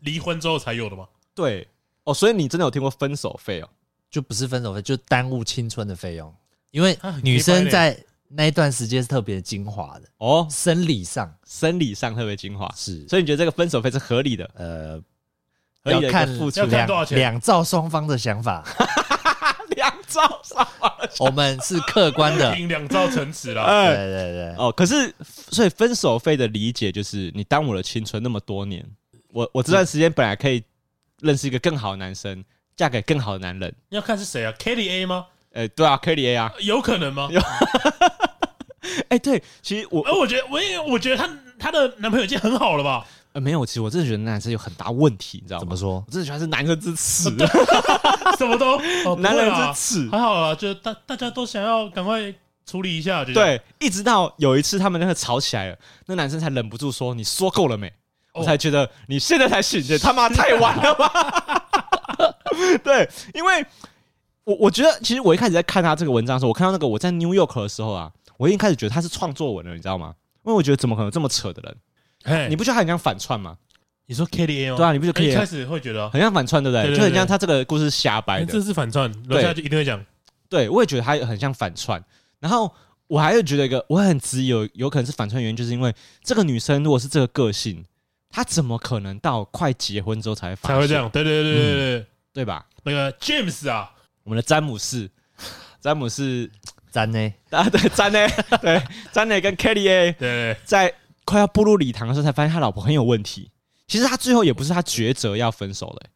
离婚之后才有的嘛，对哦，所以你真的有听过分手费哦？就不是分手费，就耽误青春的费用，因为啊女黑生白嘞在那一段时间是特别精华的，哦，生理上生理上特别精华，是所以你觉得这个分手费是合理的？呃合理的要一个看付出要看两多少钱两造双方的想 法，两兆上啊！我们是客观 的，凭两造成词啦，对哎对对，哦，可是所以分手费的理解就是你耽误了青春那么多年，我我这段时间本来可以认识一个更好的男生，嫁给更好的男人，要看是谁啊 k d a 吗？哎、对啊，K D A 啊，有可能吗？哎、对，其实我哎，我觉得我也我觉得她她的男朋友已经很好了吧？呃，没有，其实我真的觉得那男生有很大问题，你知道吗？怎么说我真的觉得他是男人之耻，什么都哦， 男人之啊，耻。还好啦，就大大家都想要赶快处理一下，就这样，对，一直到有一次他们那个吵起来了，那男生才忍不住说：“你说够了没？”我哦才觉得你现在才醒，这他妈太晚了吧？ 对，因为我我觉得，其实我一开始在看他这个文章的时候，我看到那个我在 New York 的时候啊，我一开始觉得他是创作文了，你知道吗？因为我觉得怎么可能有这么扯的人？嘿，你你不觉得他很像反串吗？你说 K D A 吗？对啊你不是 KDA 一开始会觉得啊，很像反串，对不对？对对就很像对他这个故事瞎掰哎的这。是反串，楼下就一定会讲，对，我也觉得他很像反串。然后我还有觉得一个，我很质疑有有可能是反串原因，就是因为这个女生如果是这个个性，她怎么可能到快结婚之后才会发才会这现样，对对对对对对，对吧？那个 James 啊，我们的詹姆士，詹姆士粘呢？啊，对，詹呢，对，詹呢跟 Kelly A 对，在快要步入礼堂的时候，才发现他老婆很有问题。其实他最后也不是他抉择要分手的、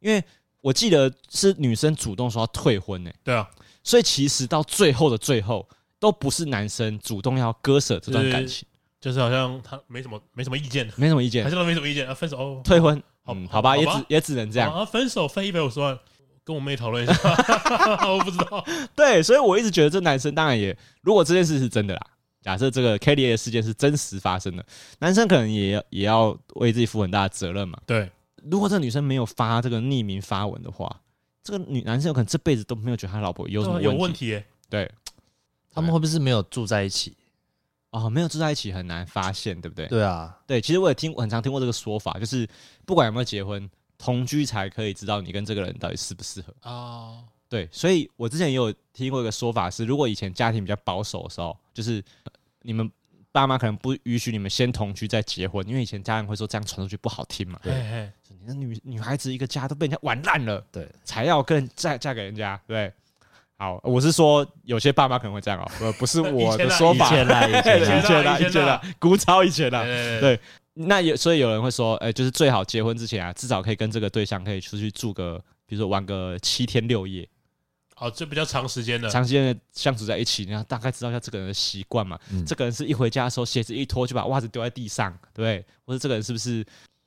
因为我记得是女生主动说要退婚欸呢、对啊，所以其实到最后的最后，都不是男生主动要割舍这段感情，就是好像他没什么没什么意见，没什么意还见。是都没什么意见啊，分手哦，退婚，好嗯，好好吧，好也吧只也只能这好样。啊，分手分一百五十万，跟我妹讨 论一下，我不知道，对，所以我一直觉得这男生当然也，如果这件事是真的啦，假设这个 Kelly 的事件是真实发生的，男生可能也要也要为自己负很大的责任嘛。对，如果这女生没有发这个匿名发文的话，这个女男生有可能这辈子都没有觉得他老婆有什么啊问题。有问题耶，对，他们会不会是没有住在一起？哦，没有住在一起很难发现，对不对？对啊，对，其实我也听，我很常听过这个说法，就是不管有没有结婚，同居才可以知道你跟这个人到底适不适合。啊，对，所以我之前也有听过一个说法是，如果以前家庭比较保守的时候，就是呃你们爸妈可能不允许你们先同居再结婚，因为以前家人会说这样传出去不好听嘛。嘿嘿，你那女女孩子一个家都被人家玩烂了，对，才要跟嫁嫁给人家，对。好，我是说有些爸妈可能会这样哦，呃不是我的以前啊说 以法， 前啦，以嘿前 啦以，前啊以以前前啊啦，古早以前啦，对对那有，所以有人会说，呃，就是最好结婚之前啊，至少可以跟这个对象可以出去住个，比如说玩个七天六夜，好，这比较长时间的，长时间的相处在一起，然后大概知道一下这个人的习惯嘛。嗯这个人是一回家的时候鞋子一脱就把袜子丢在地上，对不对？或者这个人是不是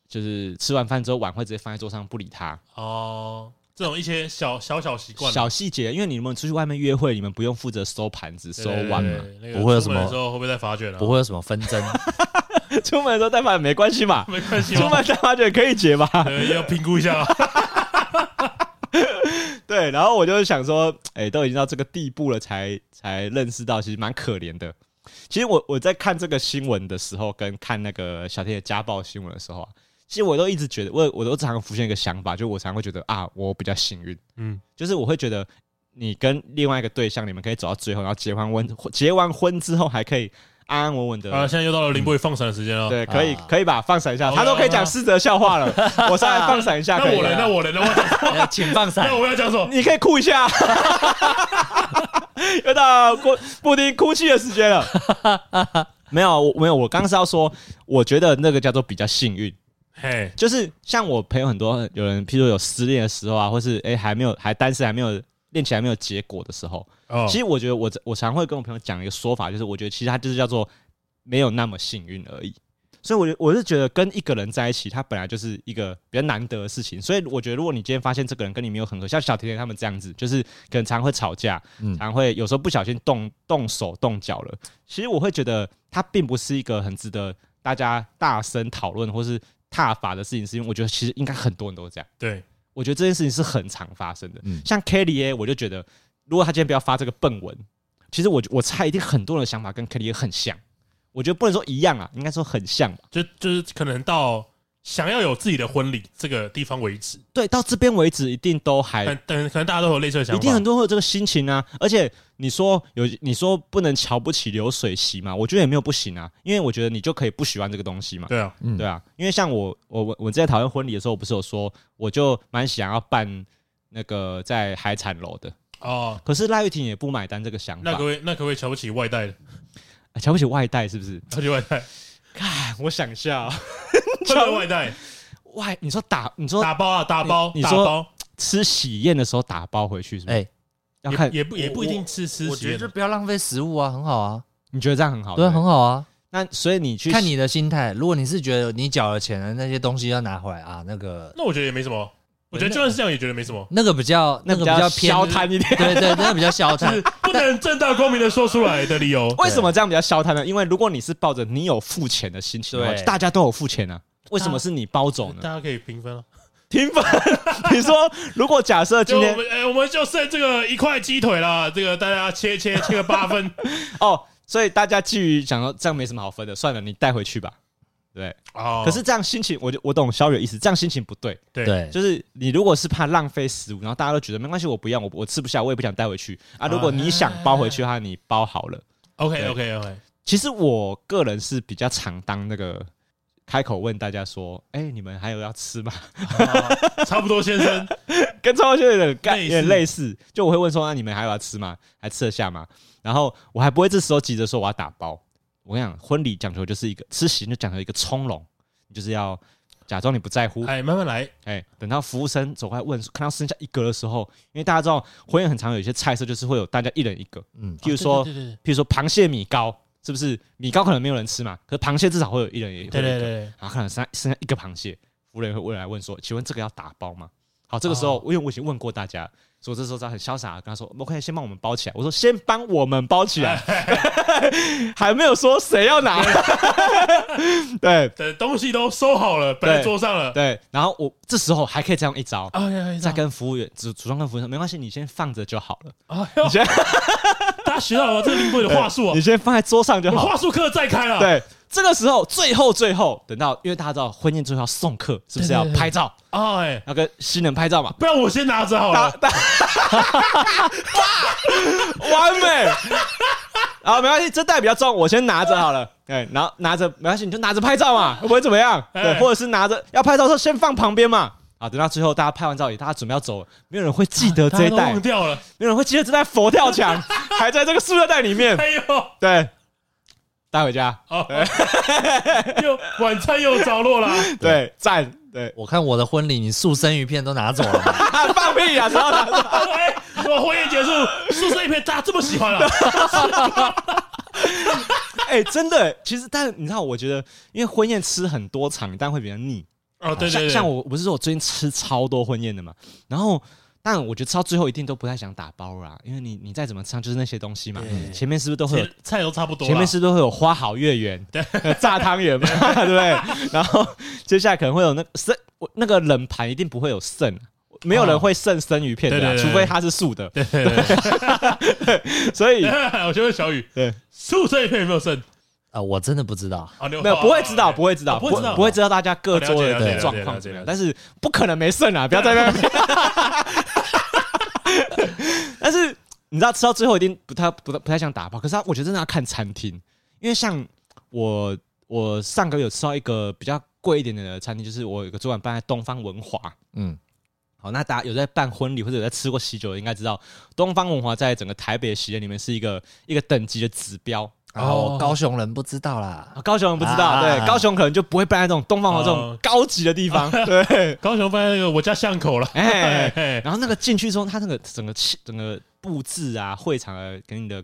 就是吃完饭之后碗会直接放在桌上不理他？哦，这种一些小小小习惯，啊小细节，因为你们出去外面约会，你们不用负责收盘子、收碗嘛，对，对对那个不会有什出么门的时候会不会再发卷了？啊不，会有什么纷 争。 出门的时候带饭没关 系嘛，没关系出吗？门带饭就可以结吧。呃，要评估一 下啊，对，然后我就想说，哎、都已经到这个地步了才，才认识到，其实蛮可怜的。其实我我在看这个新闻的时候，跟看那个小天的家暴新闻的时候啊，其实我都一直觉得，我我都常常浮现一个想法，就我常会觉得啊，我比较幸运，嗯，就是我会觉得你跟另外一个对象，你们可以走到最后，然后结完婚，结完婚之后还可以安安稳稳的。啊，现哦在又到了林博宇放闪的时间了。对，可以，啊可以吧？放闪一下，好他都可以好好讲四则笑 话了，我上来放闪一下。可那以啊我吗呢？那我呢？那我 要讲什么哎请放那闪，我要讲什么？你可以哭一 下，又到布布丁哭泣的时间了。 没有，我没有，我刚刚是要说，我觉得那个叫做比较幸运，嘿，就是像我朋友很多有人，譬如有失恋的时候啊，或是哎、诶还没有还单身还没有恋情还没有结果的时候，哦，其实我觉得我我常会跟我朋友讲一个说法，就是我觉得其实他就是叫做没有那么幸运而已。所以我就，我我是觉得跟一个人在一起，他本来就是一个比较难得的事情。所以，我觉得如果你今天发现这个人跟你没有很合，像小甜甜他们这样子，就是可能常会吵架，嗯常会有时候不小心动动手动脚了。其实我会觉得他并不是一个很值得大家大声讨论或是挞伐的事情，是因为我觉得其实应该很多人都这样。对，我觉得这件事情是很常发生的。嗯像 Kelly A，我就觉得，如果他今天不要发这个笨文，其实我我猜一定很多人的想法跟 Kelly A 很像。我觉得不能说一样啊，应该说很像吧。就就是可能到想要有自己的婚礼这个地方为止，对，到这边为止，一定都还但但可能大家都有类似的想哎一法，定很多会有这个心情啊。而且你说有，你说不能瞧不起流水席嘛，我觉得也没有不行啊，因为我觉得你就可以不喜欢这个东西嘛。对啊，嗯对啊，因为像我我我我之前讨论婚礼的时候，我不是有说，我就蛮想要办那个在海产楼的，哦，可是赖玉婷也不买单这个想法那。各位那可不可以瞧不起外带的？啊瞧不起外带是不 是？瞧不起 外带，看，我想一下、啊，会不会外带 外，你说打，你说打包啊，打包，你打说包吃喜宴的时候打包回去是不是？哎，要也看，也不也不一定吃吃我实觉得验就的，不要浪费食物啊，很好啊，你觉得这样很好？对啊，很好。好啊，那所以你去看你的心态。如果你是觉得你缴了钱的那些东西要拿回来啊，那个那我觉得也没什么，我觉得就算是这样也觉得没什 么，那个比较那个比较偏消摊一点。对对，那个比较消就摊是。不能正大光明的说出来的理 由。为什么这样比较消摊呢？因为如果你是抱着你有付钱的心情的话，对大家都有付钱啊，为什么是你包走大呢？家可以评分了。 平分。你说，如果假设今就我天们哎、我们就剩这个一块鸡腿了，这个大家切切切个八分哦，所以大家基于想说这样没什么好分的，算了，你带回去吧。对，哦。 可是这样心情，我就我懂小雨的意思，这样心情不对。对 对，就是你如果是怕浪费食物，然后大家都觉得没关系，我不要，我我吃不下，我也不想带回去啊。如果你想包回去的话，你包好了。 OK OK OK，其实我个人是比较常当那个开口问大家说：“哎、你们还有要吃吗 差不多先生，？”跟超秀有点干，类似有点类似。就我会问说：“那你们还有要吃吗？还吃得下吗？”然后我还不会这时候急着说我要打包。我跟你讲，婚礼讲求就是一个吃席，就讲求一个从容，你就是要假装你不在乎，哎，慢慢来，哎、等到服务生走过来问，看到剩下一格的时候，因为大家知道婚宴很常有一些菜色，就是会有大家一人一个，嗯，譬如说，哦对对对譬如说螃蟹米糕，是不是？米糕可能没有人吃嘛，可是螃蟹至少会有一人也会有一个对啊对对对，然后可能剩下剩下一个螃蟹，服务人会问来问说：“请问这个要打包吗？”好，这个时候、哦因为我已经问过大家，所以我这时候他很潇洒，跟他说：“OK，先帮我们包起来。”我说：“先帮我们包起来， 还没有说谁要拿。” 对等东西都收好了，摆在对桌上了。对，然后我这时候还可以再用一招，哎呀，哎呀再跟服务员主主动跟服务员说，没关系，你先放着就好了，哎呦你先大家学到了这个林贵的话术啊你，先放在桌上就我们好了。话术课再开了。对，这个时候最后最后等到，因为大家知道婚宴最后要送客，是不是要对对对拍照，啊，哎，要跟新人拍照嘛？不然我先拿着好打了。打， 完美。啊，没关系，这袋比较重，我先拿着好了。对，然后拿着没关系，你就拿着拍照嘛，会不会怎么样？对哎，或者是拿着要拍照的时候先放旁边嘛。啊，等到最后大家拍完照也，大家准备要走了，没有人会记得啊大这家一都袋忘，掉 了。没有人会记得这袋佛跳墙 还在这个塑料袋里 面。哎呦，对，带回家。哦， 又晚餐又着落了。 对，赞。对，我看我的婚礼，你素生鱼片都拿走了嘛， 放屁啊！然后拿着哎，我婚宴结束，宿舍一片大家这么喜 欢了。 啊哎，真的，其实但你知道，我觉得因为婚宴吃很多场，但会比较腻。哦，对对像对，像我，我不是说我最近吃超多婚宴的嘛，然后。但我觉得吃到最后一定都不太想打包啦，因为你你再怎么唱就是那些东西嘛，对前面是不是都会有前菜都差不多了。前面是不是会有花好月圆、呃炸 汤圆嘛，对不对？然后接下来可能会有那个剩，我那个冷盘一定不会有剩，没有人会剩生鱼片的哦啦，对对对除非它是素的。 所以 我觉得小雨对宿舍一片有没有剩？ 啊，我真的不知道。啊，没 没有不会 知道，不会。会知道，哦不会知道不会知道大家各桌哦了的解了对解状况怎么了解了解，样但是不可能没剩啊！不要在那边。啊 但是你知道，吃到最后一定不太不太不太想打包，可是他我觉得真的要看餐厅，因为像我我上个月有吃到一个比较贵一点点的餐厅，就是我有一个主管办在东方文华，嗯，好，那大家有在办婚礼或者有在吃过喜酒的，应该知道东方文华在整个台北的喜宴里面是一个一个等级的指标。啊，哦我高雄人不知道啦啊，高雄人不知道，啊对，高雄可能就不会办在这种东方的这种哦高级的地方，对，高雄放在那个我家巷口了。哎哎，然后那个进去之后，他那个整个气、整个布置啊，会场的给你的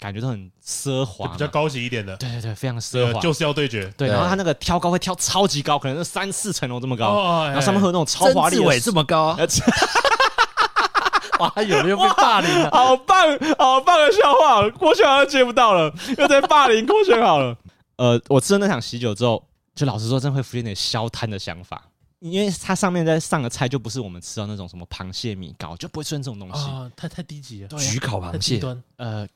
感觉都很奢华就嘛，比较高级一点的，对对对，非常这奢个华，呃就是要对决。对。然后对他那个挑高会挑超级高，可能是三四层楼这么高，哦，啊然后上面会有那种超曾华丽志的伟这么高， 啊呃 哇，有没有被霸凌啊 了？好棒，好棒的笑话，郭轩好像接不到了，又在霸凌郭轩好了。 呃，我吃了那场喜酒之后，就老实说，真的会浮现点消摊的想法，因为它上面在上的菜就不是我们吃到那种什么螃蟹米糕，就不会出现这种东西。啊，太太低级了，焗烤太螃低蟹，端。呃，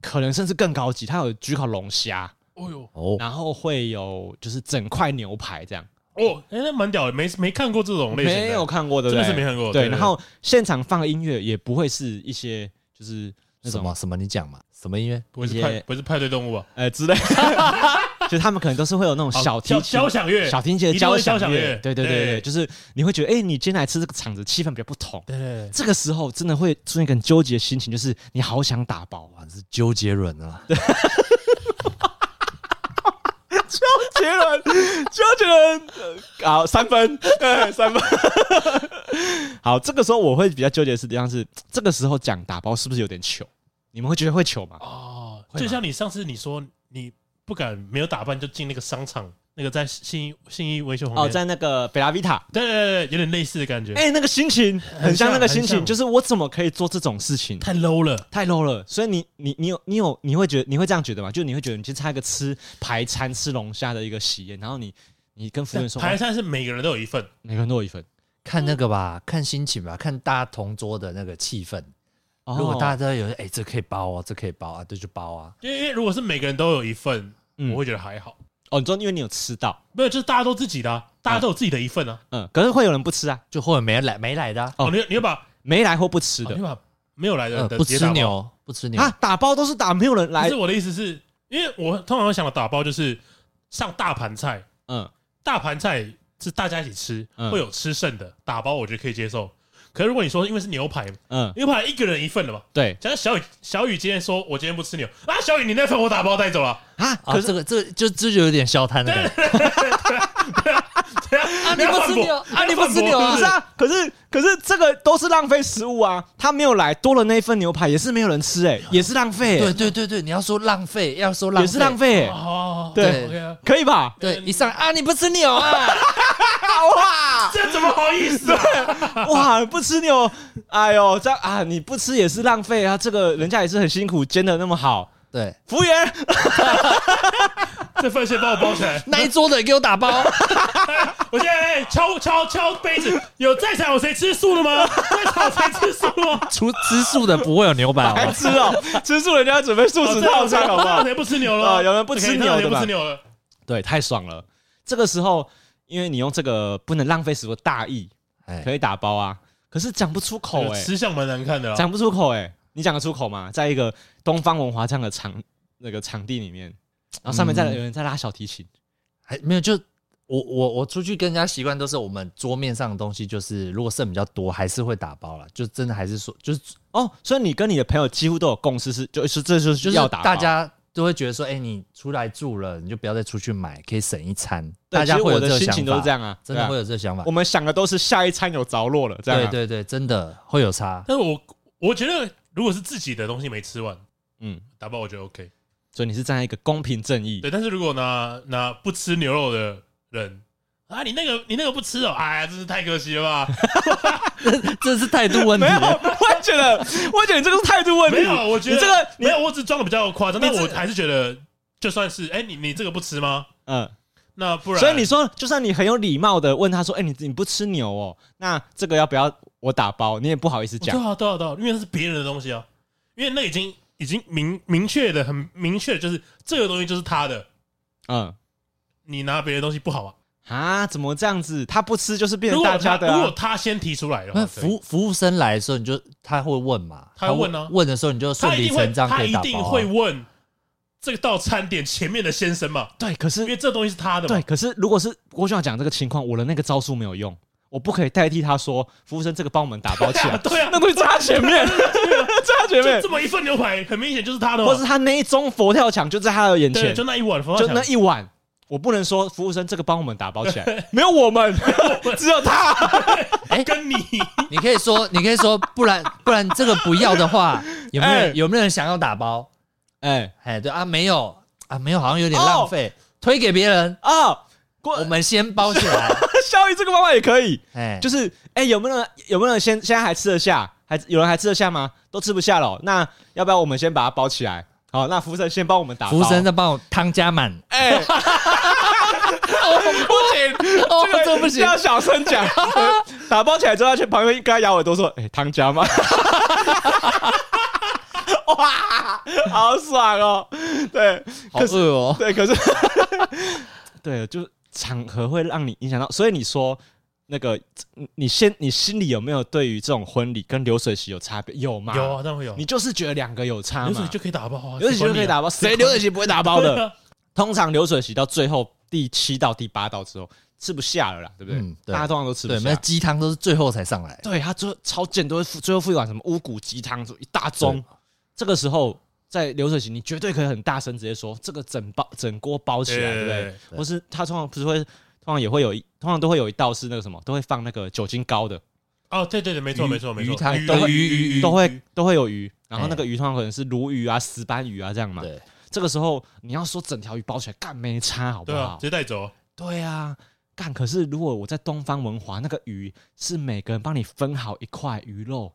可能甚至更高级，它有焗烤龙虾，哦呦，哦，然后会有就是整块牛排这样，哦，哎，那蛮屌的，没没看过这种类型的，没有看过的，真的是没看过。对，对，然后现场放的音乐也不会是一些就是那什种么什么？你讲嘛？什么音乐？不会是也派不是派对动物吧？呃之类， 就他们可能都是会有那种好小提琴交、交响乐，小提琴的一定会响交响乐对对对对对，就是你会觉得，哎，你今天来吃这个场子气氛比较不同，对对这个时候真的会出现一个很纠结的心情，就是你好想打包啊，哇，是周杰伦啊！周杰伦，周杰伦，呃好三分，对三分，好，这个时候我会比较纠结的是，像是这个时候讲打包是不是有点糗？你们会觉得会糗吗？哦，吗就像你上次你说你不敢没有打扮就进那个商场，那个在信义信义维修旁哦，边，在那个北拉维塔，对对对，对有点类似的感觉，哎、那个心情很像像那个心很情，像就是我怎么可以做这种事情？太 low 了。太 low 了，所以你你你有你有你会觉得你会这样觉得吗？就你会觉得你去参加一个吃排餐吃龙虾的一个喜宴，然后你你跟服务员说，排哦餐是每个人都有一份，每个人都有一份。看那个吧，看心情吧，看大家同桌的那个气氛。如果大家家都有，哎、这可以包哦，这可以包啊，这就包啊。因为因为如果是每个人都有一份，嗯我会觉得还好。哦，你说因为你有吃到，没有，就是大家都自己的啊，大家都有自己的一份啊。嗯，可是会有人不吃啊，就或者没来没来的啊、哦哦，你你要把没来或不吃哦的你把没有来的呃，人的不直接吃打包牛，不吃牛啊，打包都是打没有人不来是，我的意思是，因为我通常会想的打包就是上大盘菜，嗯，大盘菜是大家一起吃，嗯会有吃剩的，打包我觉得可以接受。可是如果你说因为是牛排，嗯，牛排一个人一份的嘛，对假如小雨小雨今天说我今天不吃牛啊，小雨你那份我打包带走了，啊，啊，可这是个这个就这就有点消摊的感觉。 啊你不吃牛啊你不吃牛啊不是啊，可是可是这个都是浪费食物啊，他没有来，多了那一份牛排也是没有人吃，哎，也是浪费，对哎对对对，你要说浪费，要说浪费，也是浪。费，哎哦，对，OK，可以吧？对，一上来啊，你不吃牛啊？哇这怎么好意思啊？ 哇，不吃牛，哎呦，这样啊，你不吃也是浪费啊，这个人家也是很辛苦煎的那么好， 对，服务员，这份先帮我包起来，那一桌的给我打包。我现在哎敲敲敲杯子，有在场有谁吃素的吗？在场有谁吃素吗？ 除吃素的不会有牛排好啊哦还吗？吃哦，吃素人家准备素食套餐，好不好？谁不吃牛啊了？有人不吃 OK，牛那有对人吧哦不吃牛了。对，太爽了。这个时候，因为你用这个不能浪费食物的大意， 哎可以打包啊，可是讲不出口这个哎、吃相蛮难看哦的啦。啊讲不出口哎、你讲得出口吗？在一个东方文华这样的场那个场地里面，然后上面在嗯有人在拉小提琴，还没有，就我我我出去跟人家习惯都是我们桌面上的东西，就是如果剩比较多，还是会打包了。就真的还是说，就是哦，所以你跟你的朋友几乎都有共识是，就是这就是就是要打包大家都会觉得说，哎、你出来住了，你就不要再出去买，可以省一餐。对大家其实会有我这的个心想情都是法，这样啊，真的会对啊有这个想法我。们想的都是下一餐有着落了，这样、对啊、对对，真的会有 差。但是我我觉得，如果是自己的东西没吃完，嗯，打包我觉得 OK。所以你是站在一个公平正义，对，但是如果拿拿不吃牛肉的人啊，你那个你那个不吃哦，哎呀，真是太可惜了 吧？这是态度问题 没。 啊有，我觉得，我觉得你这个是态度问题，没有，我觉得你这个你没有，我只装的比较夸张，你但这我还是觉得，就算是哎，你你这个不吃吗？嗯。那不然，所以你说，就算你很有礼貌的问他说：“哎、你你不吃牛哦？那这个要不要我打包？”你也不好意思对讲。啊对啊对啊，因为那是别人的东西啊，因为那已经已经明明确的很明确，就是这个东西就是他的，嗯，你拿别的东西不好啊。啊，怎么这样子？他不吃就是变如成果大他家的、如果啊。他先提出来的话，那可以服服务生来的时候，你就他会问嘛？他会问啊问的时候你就他顺一理定会成章他可以一打包啊。定会问这道餐点前面的先生嘛，对，可因是为这东西是他的嘛 啊对，。可是如果是我想讲这个情况，我的那个招数没有用，我不可以代替他说：“服务生，这个帮我们打包起对来。啊，对啊， 那东西在他前面，在他就前面这，么一份牛排，很明显就是他的嘛 或。是他那一盅佛跳墙就在他的眼对，前，就就那一碗，就那一碗。我不能说服务生这个帮我们打包起 来，没有我们， 只有他。哎哎 跟你你可以说， 你可以说，不然不然这个不要 的话，有没有、哎有没有人想要打包？哎，哎，对啊，没有啊，没有，好像有点哦浪费，推给别人，啊，我 我们先包起来。肖宇这个方法也可以，哎，就是哎、有没有人有没有人先现在还吃得下？还有人还吃得下吗？都吃不下了哦、那要不要我们先把它包起来？好，那服务生先帮我们打包。服务生，再帮我汤加满，哎、不行，哦，这个不行，要小声讲。打包起来之后，他去旁边跟他咬耳朵说：“哎、汤加吗？” 哇，好爽哦！对，好饿哦。对，可是 对，就是场合会让你影响到，所以你说那个，你先你心里有没有对于这种婚礼跟流水席有差别？有吗？有啊，当然会有啊。你就是觉得两个有差流水嘛席？就可以打包啊，流水席就可以打包，谁流水席不会打包包 的？的。通常流水席到最后第七到第八道之后吃不下了啦，对不对？嗯对大家通常都吃不啊对，下那。鸡汤都是最后才上来。对他最后超贱，都会附最后附一碗什么乌骨鸡汤，就一大盅。这个时候在流水席，你绝对可以很大声直接说这个整包整锅包起对来，对不对？对或是他通常不是会，通常也会有一，通常都会有一道是那个什么，都会放那个酒精膏的，哦，对对对，没错没错没错，鱼汤鱼对啊鱼鱼鱼都会都会有鱼，然后哎那个鱼通常可能是鲈鱼啊、石斑鱼啊这样嘛。对，这个时候你要说整条鱼包起来，干没差，好不对啊，好直？接带走，对啊，干。可是如果我在东方文华，那个鱼是每个人帮你分好一块鱼肉，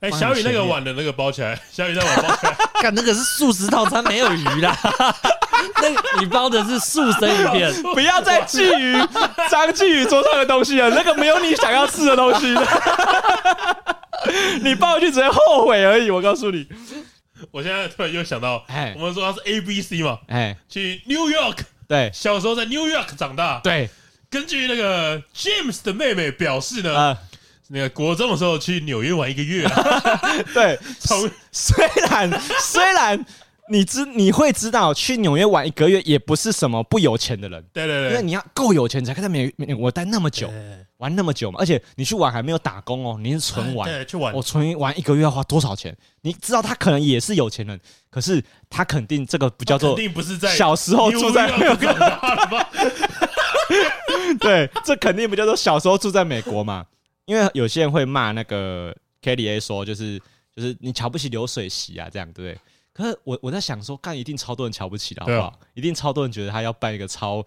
哎，放小雨那前个面碗的那个包起来， 小雨那碗包起来，干那个是素食套餐，没有鱼啦。 那你包的是素生鱼片， 不要再觊觎张继宇桌上的东西了，那个没有你想要吃的东西。你抱回去只会后悔而已，我告诉你。我现在突然又想到，哎我们说他是 A B C 嘛，哎，去 New York，对小时候在 New York 长大。对，根据那个 James 的妹妹表示呢，呃，那个国中的时候去纽约玩一个月 啊，对，从虽然虽然你知你会知道去纽约玩一个月也不是什么不有钱的人，对因对为对，你要够有钱才可以在美美国待那么久，玩那么久嘛。而且你去玩还没有打工哦，你是纯玩。对去玩我存玩一个月要花多少钱？你知道他可能也是有钱人，可是他肯定这个不叫做肯定不是在小时 候 New 住在 York 长大的吧？ 对，这肯定不叫做小时候住在美国嘛，因为有些人会骂那个 KDA 说，就是就是你瞧不起流水席啊，这样对不对？可是我我在想说，干一定超多人瞧不起的好不对啊好？一定超多人觉得他要办一个超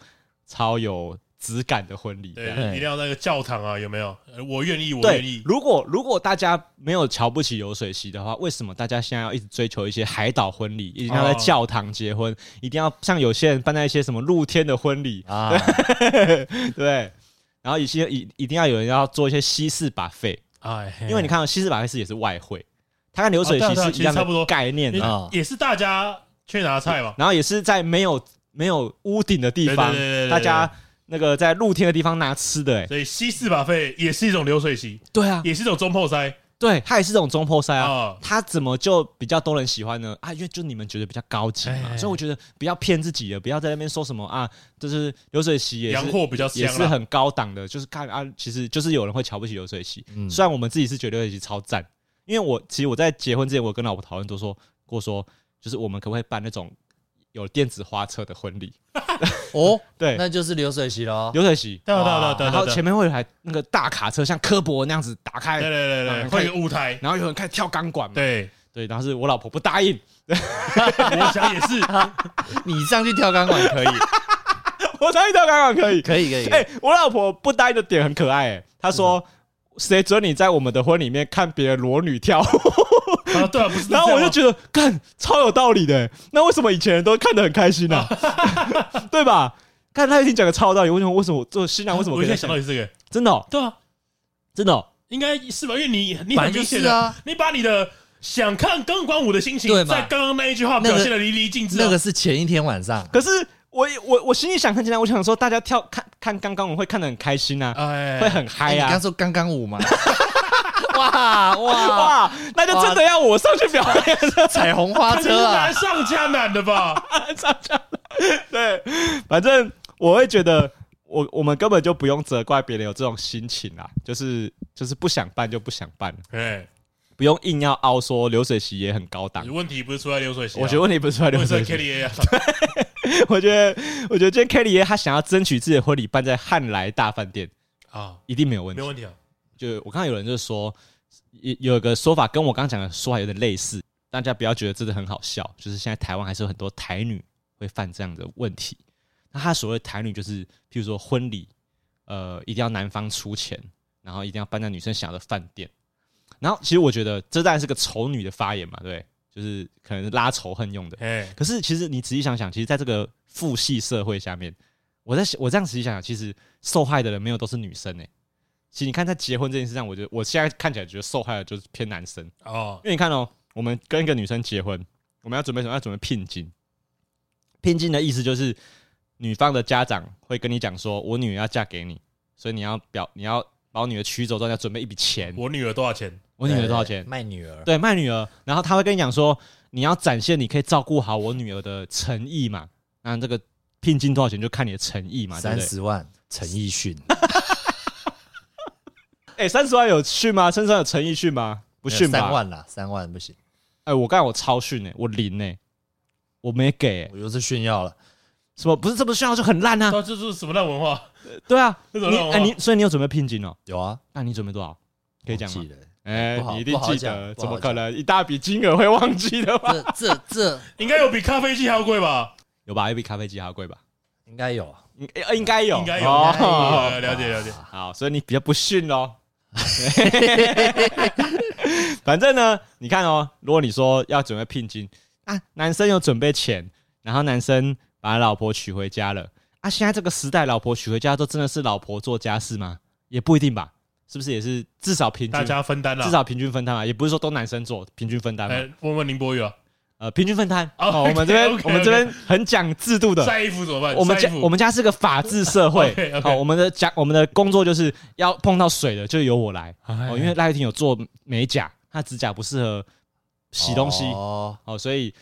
超有质感的婚礼这对，样。对一定要那个教堂啊，有没有？呃我愿意，我愿对意，。如果如果大家没有瞧不起流水席的话，为什么大家现在要一直追求一些海岛婚礼，一定要在哦教堂结婚，一定要像有些人办在一些什么露天的婚礼， 啊，对，然后一些一一定要有人要做一些西式把费，哎，因为你看到西式把费是也是外汇，它跟流水啊席对啊对啊是其一实样差不的多概念因为的，啊也是大家去拿菜嘛，然后也是在没有没有屋顶的地方对对对对对，大家那个在露天的地方拿吃的，哎，所以西式把费也是一种流水席，对啊，也是一种中破塞对，它也是这种中破塞啊。啊。它怎么就比较多人喜欢呢？啊，因为就你们觉得比较高级哎哎嘛，哎所以我觉得不要骗自己了，不要在那边说什么啊，就是流水席也洋是货比较也香啊是啦，很高档的，就是看啊，其实就是有人会瞧不起流水席。嗯虽然我们自己是觉得流水席超赞，因为我其实我在结婚之前，我跟老婆讨论都说过说，就是我们可不可以办那种有电子花车的婚礼？哦，对，那就是流水席喽。流水席，对啊对啊对啊然对啊后对啊，前面会有台那个大卡车，像科博那样子打对开，对对啊对，你看会有个舞台，然后有人开始跳钢管嘛。对，对，然后是我老婆不答应，我想也 是，啊你上去跳钢管可以， 我答应跳钢管可以。可以，可以。可哎、以我老婆不答应的点很可爱、哎，她说。谁准你在我们的婚里面看别人裸女跳 舞？啊，对啊，不是这样然吗，后我就觉得，干超有道理的欸。那为什么以前人都看得很开心 呢、对吧？看他已经讲的超有道理，为什么？为什么我做新郎为什么我可以现在在想到也是这个，真的哦、对啊，真的哦、应该是吧？因为你你很本来明就显是的，啊，你把你的想看钢管舞的心情对，嘛在刚刚那一句话那表个现的淋漓尽致啊。那个是前一天晚上，可是我我我心里想很简单，我想说大家跳看看刚刚我会看得很开心啊，哎，会很哎，嗨你刚啊。说刚刚舞吗？哇哇，哇，那就真的要我上去表演了，彩虹花肯定是车啊难！上加难的吧？上场了。 对，反正我会觉得，我我们根本就不用责怪别人有这种心情啊，就是就是不想办就不想办了。哎，不用硬要凹说流水席也很高档。问题不是出在流水席啊，我觉得问题不是在流问水题是席， KDA 啊，我觉得我觉得今天 Kelly 爷他想要争取自己的婚礼办在汉来大饭店，啊，一定没有问没题有。问题啊。就我看到有人就说，有有一个说法跟我刚刚讲的说法有点类似，大家不要觉得真的很好笑，就是现在台湾还是有很多台女会犯这样的问题。那他所谓的台女就是，譬如说婚礼，呃，一定要男方出钱，然后一定要办在女生想要的饭店。然后其实我觉得这当然是个丑女的发言嘛，对不对，就是可能是拉仇恨用的。哎，可是其实你仔细想想，其实在这个父系社会下面，我在想我这样仔细想想，其实受害的人没有都是女生诶、欸其实你看，在结婚这件事上，我觉得我现在看起来觉得受害的就是偏男生，哦，因为你看哦，我们跟一个女生结婚，我们要准备什么？要准备聘金。聘金的意思就是，女方的家长会跟你讲说，我女儿要嫁给你，所以你要表你要把我女儿娶走之后，你要准备一笔钱。我女儿多少钱？我女儿多少钱？卖女儿，对，卖女儿，然后他会跟你讲说，你要展现你可以照顾好我女儿的诚意嘛，那这个聘金多少钱就看你的诚意嘛，对不三对？十万，陈奕迅，哎，三十万有去吗？三十万有诚意去吗？不不逊吧？三万啦，三万不行，哎、我刚才我超逊哎、我零哎、我没给、欸，我又是炫耀了。什么不是这么炫耀就很烂啊？到这是什么烂文化？对啊，这你种烂文哎、化你所以你有准备聘金哦？有啊，那、你准备多少？可以讲忘吗记？了哎、不好你一定不好记讲得，不怎么好可能一大笔金额会忘记 的吧？这这这应该有比咖啡机还要贵吧？有吧？一杯咖啡机还要贵吧？应该有，应呃应该有，应该有哦应该有了解了解啊好，所以你比较不逊咯。 反正呢，你看哦，如果你说要准备聘金啊，男生有准备钱，然后男生把老婆娶回家了啊，现在这个时代，老婆娶回家都真的是老婆做家事吗？也不一定吧，是不是也是至少平均，大家分担啦。至少平均分摊嘛，也不是说都男生做，平均分担嘛，哎，问问林博宇啊，呃，平均分摊。哦哦，我们这边 OK，OK，OK 我们这边很讲制度的，晒衣服怎么办？我们晒家衣服我们家是个法治社会 OK，OK，好，我们的家我们的工作就是要碰到水的就由我来，哦，因为赖玉婷有做美甲，她指甲不适合洗东西，哦，哦，所以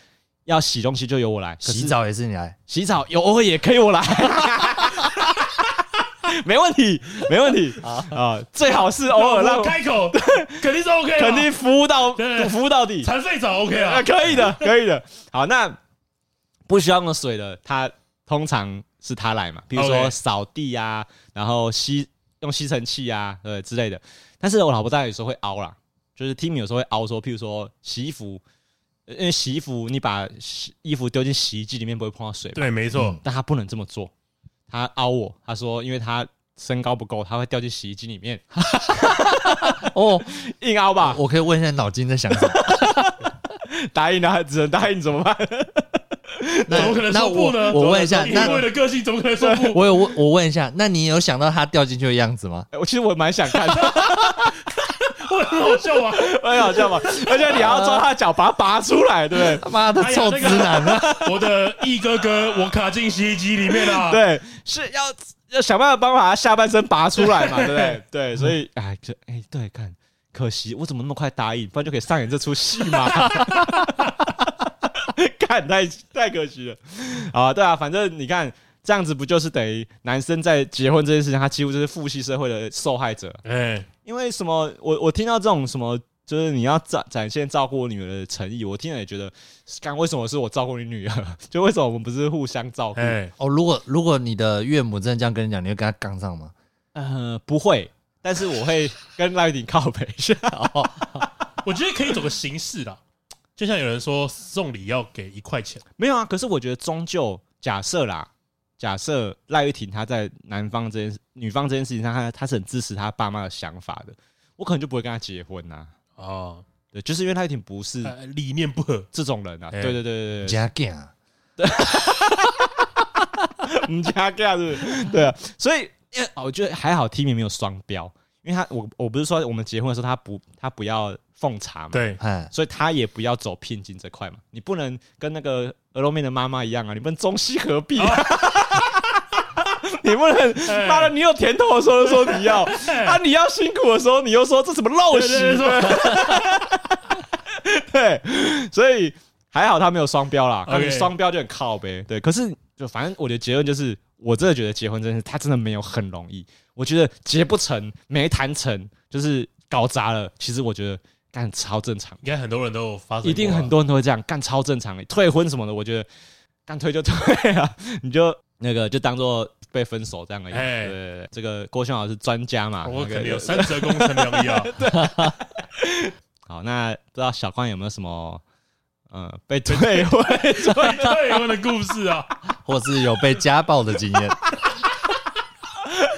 要洗东西就由我来，可是洗澡也是你来，洗澡有偶尔也可以我来， 没问题没问题啊，最好是偶尔那让我开口，肯定是 OK，的嘛肯定服务到对对对服务到底，残废澡 OK 啊，啊。可以 的，可以的。好，那不需要那么水的，他通常是他来嘛，比如说 OK 扫地啊，然后吸用吸尘器啊，呃之类的。但是我老婆当然有时候会凹啦，就是 Timmy 有时候会凹说，譬如说洗衣服，呃因为洗衣服你把洗衣服丢进洗衣机里面不会碰到水嘛，对，没嗯错，但他不能这么做，他凹我，他说因为他。身高不够，他会掉进洗衣机里面， 哦，硬凹吧？我可以问一下脑筋在想什么？答应啊，只能答应，怎么办？ 怎么可能 那说我不呢？我问一下，以为那的个性怎么可能说不？我有问我问一下，那你有想到他掉进去的样子吗？哎我其实我蛮想看的，我很好笑啊！ 很好笑嘛， 而且你还要抓他的脚，把他拔出来，对不对？他妈的哎呀臭那直个男啊！我的一哥哥，我卡进洗衣机里面啊啦。，对，啊是要要想办法帮把他下半身拔出来嘛，对不 对？对，所以哎，这哎，对，看，可惜我怎么那么快答应，不然就可以上演这出戏嘛。 看，太太可惜了啊！对啊，反正你看这样子，不就是等于男生在结婚这件事情，他几乎就是父系社会的受害者，哎，因为什么？我我听到这种什么，就是你要展展现照顾我女儿的诚意，我听了也觉得，干为什么是我照顾你女儿？ 就为什么我们不是互相照顾？哎，哦，如果如果你的岳母真的这样跟你讲，你会跟他杠上吗？呃，不会，但是我会跟赖玉婷靠北一下。我觉得可以走个形式啦，就像有人说送礼要给一块钱， 没有啊，可是我觉得终究假设啦，假设赖玉婷她在男方这件事、女方这件事情上，她她是很支持她爸妈的想法的，我可能就不会跟她结婚呐、哦，对，就是因为赖玉婷不是呃理念不合，这种人啊。哎对对对对对，加杠啊！我们家这样子，对啊，所以因为哦我觉得还好 Timmy 没有双标，因为他我我不是说我们结婚的时候他不他不要奉茶嘛，，对，哎，所以他也不要走聘金这块嘛，你不能跟那个鹅肉面的妈妈一样啊，你不能中西合璧啊。哦 你不能，哎妈的！你有甜头的时候就说你要，啊，你要辛苦的时候你又说这什么陋对对对习，说 对，所以还好他没有双标啦。那 OK 你双标就很靠呗。对，可是就反正我的结论就是，我真的觉得结婚真的是他真的没有很容易。我觉得结不成，没谈成，就是搞砸了。其实我觉得干超正常，应该很多人都有发生过啊，一定很多人都会这样干，超正常的。退婚什么的，我觉得干退就退啊， 你就那个就当做被分手这样而已。哎对对对，这个郭兄老师专家嘛，我那啊个肯定有三折工程良医啊，好，那不知道小关有没有什么 呃被退婚？ 对对，我的故事啊，或是有被家暴的 经验，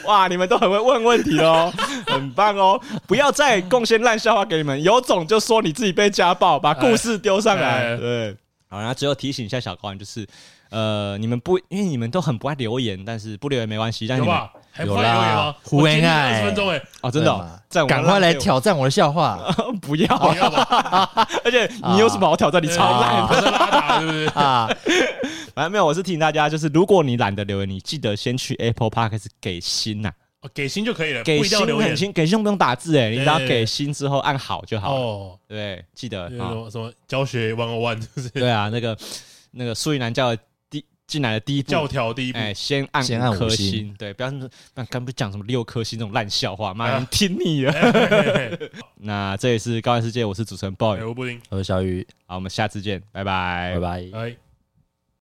哇，你们都很会问问题哦， 很棒哦！不要再贡献烂笑话给你们，有种就说你自己被家暴，把故事丢上来。哎对，好，然后最后提醒一下小高，就是呃，你们不因为你们都很不爱留言，但是不留言没关系，但是有啊你们吧？还哎有不然留言啦吗？胡我今恩天爱二十分钟哎，哦，真的对哦嘛，在我们赶快来浪费挑战我的笑话我， 不要不 啊，要吧，而且你有什么好挑 战？你超烂烂，的。啊不是拉打，对不对？啊！反正没有，我是提醒大家，就是如果你懒得留言，你记得先去 Apple Podcast 给星呐、哦给心就可以了，给不一定星要留言很。星，给星不用打字哎、你只要对对对给星之后按好就好了。哦，对，记得那啊。种什么教学 one on one 就是对啊，那个那个苏云南教的第进来的第一步，教条第一步，哎，先按先按五颗五星星，对，不要那那刚不讲什么六颗星这种烂笑话，妈啊人听 腻了。嘿嘿嘿那这里是高玩世界，我是主持人 boy，哎，吴布丁，我是小鱼，好，我们下次见，拜拜拜。拜。哎。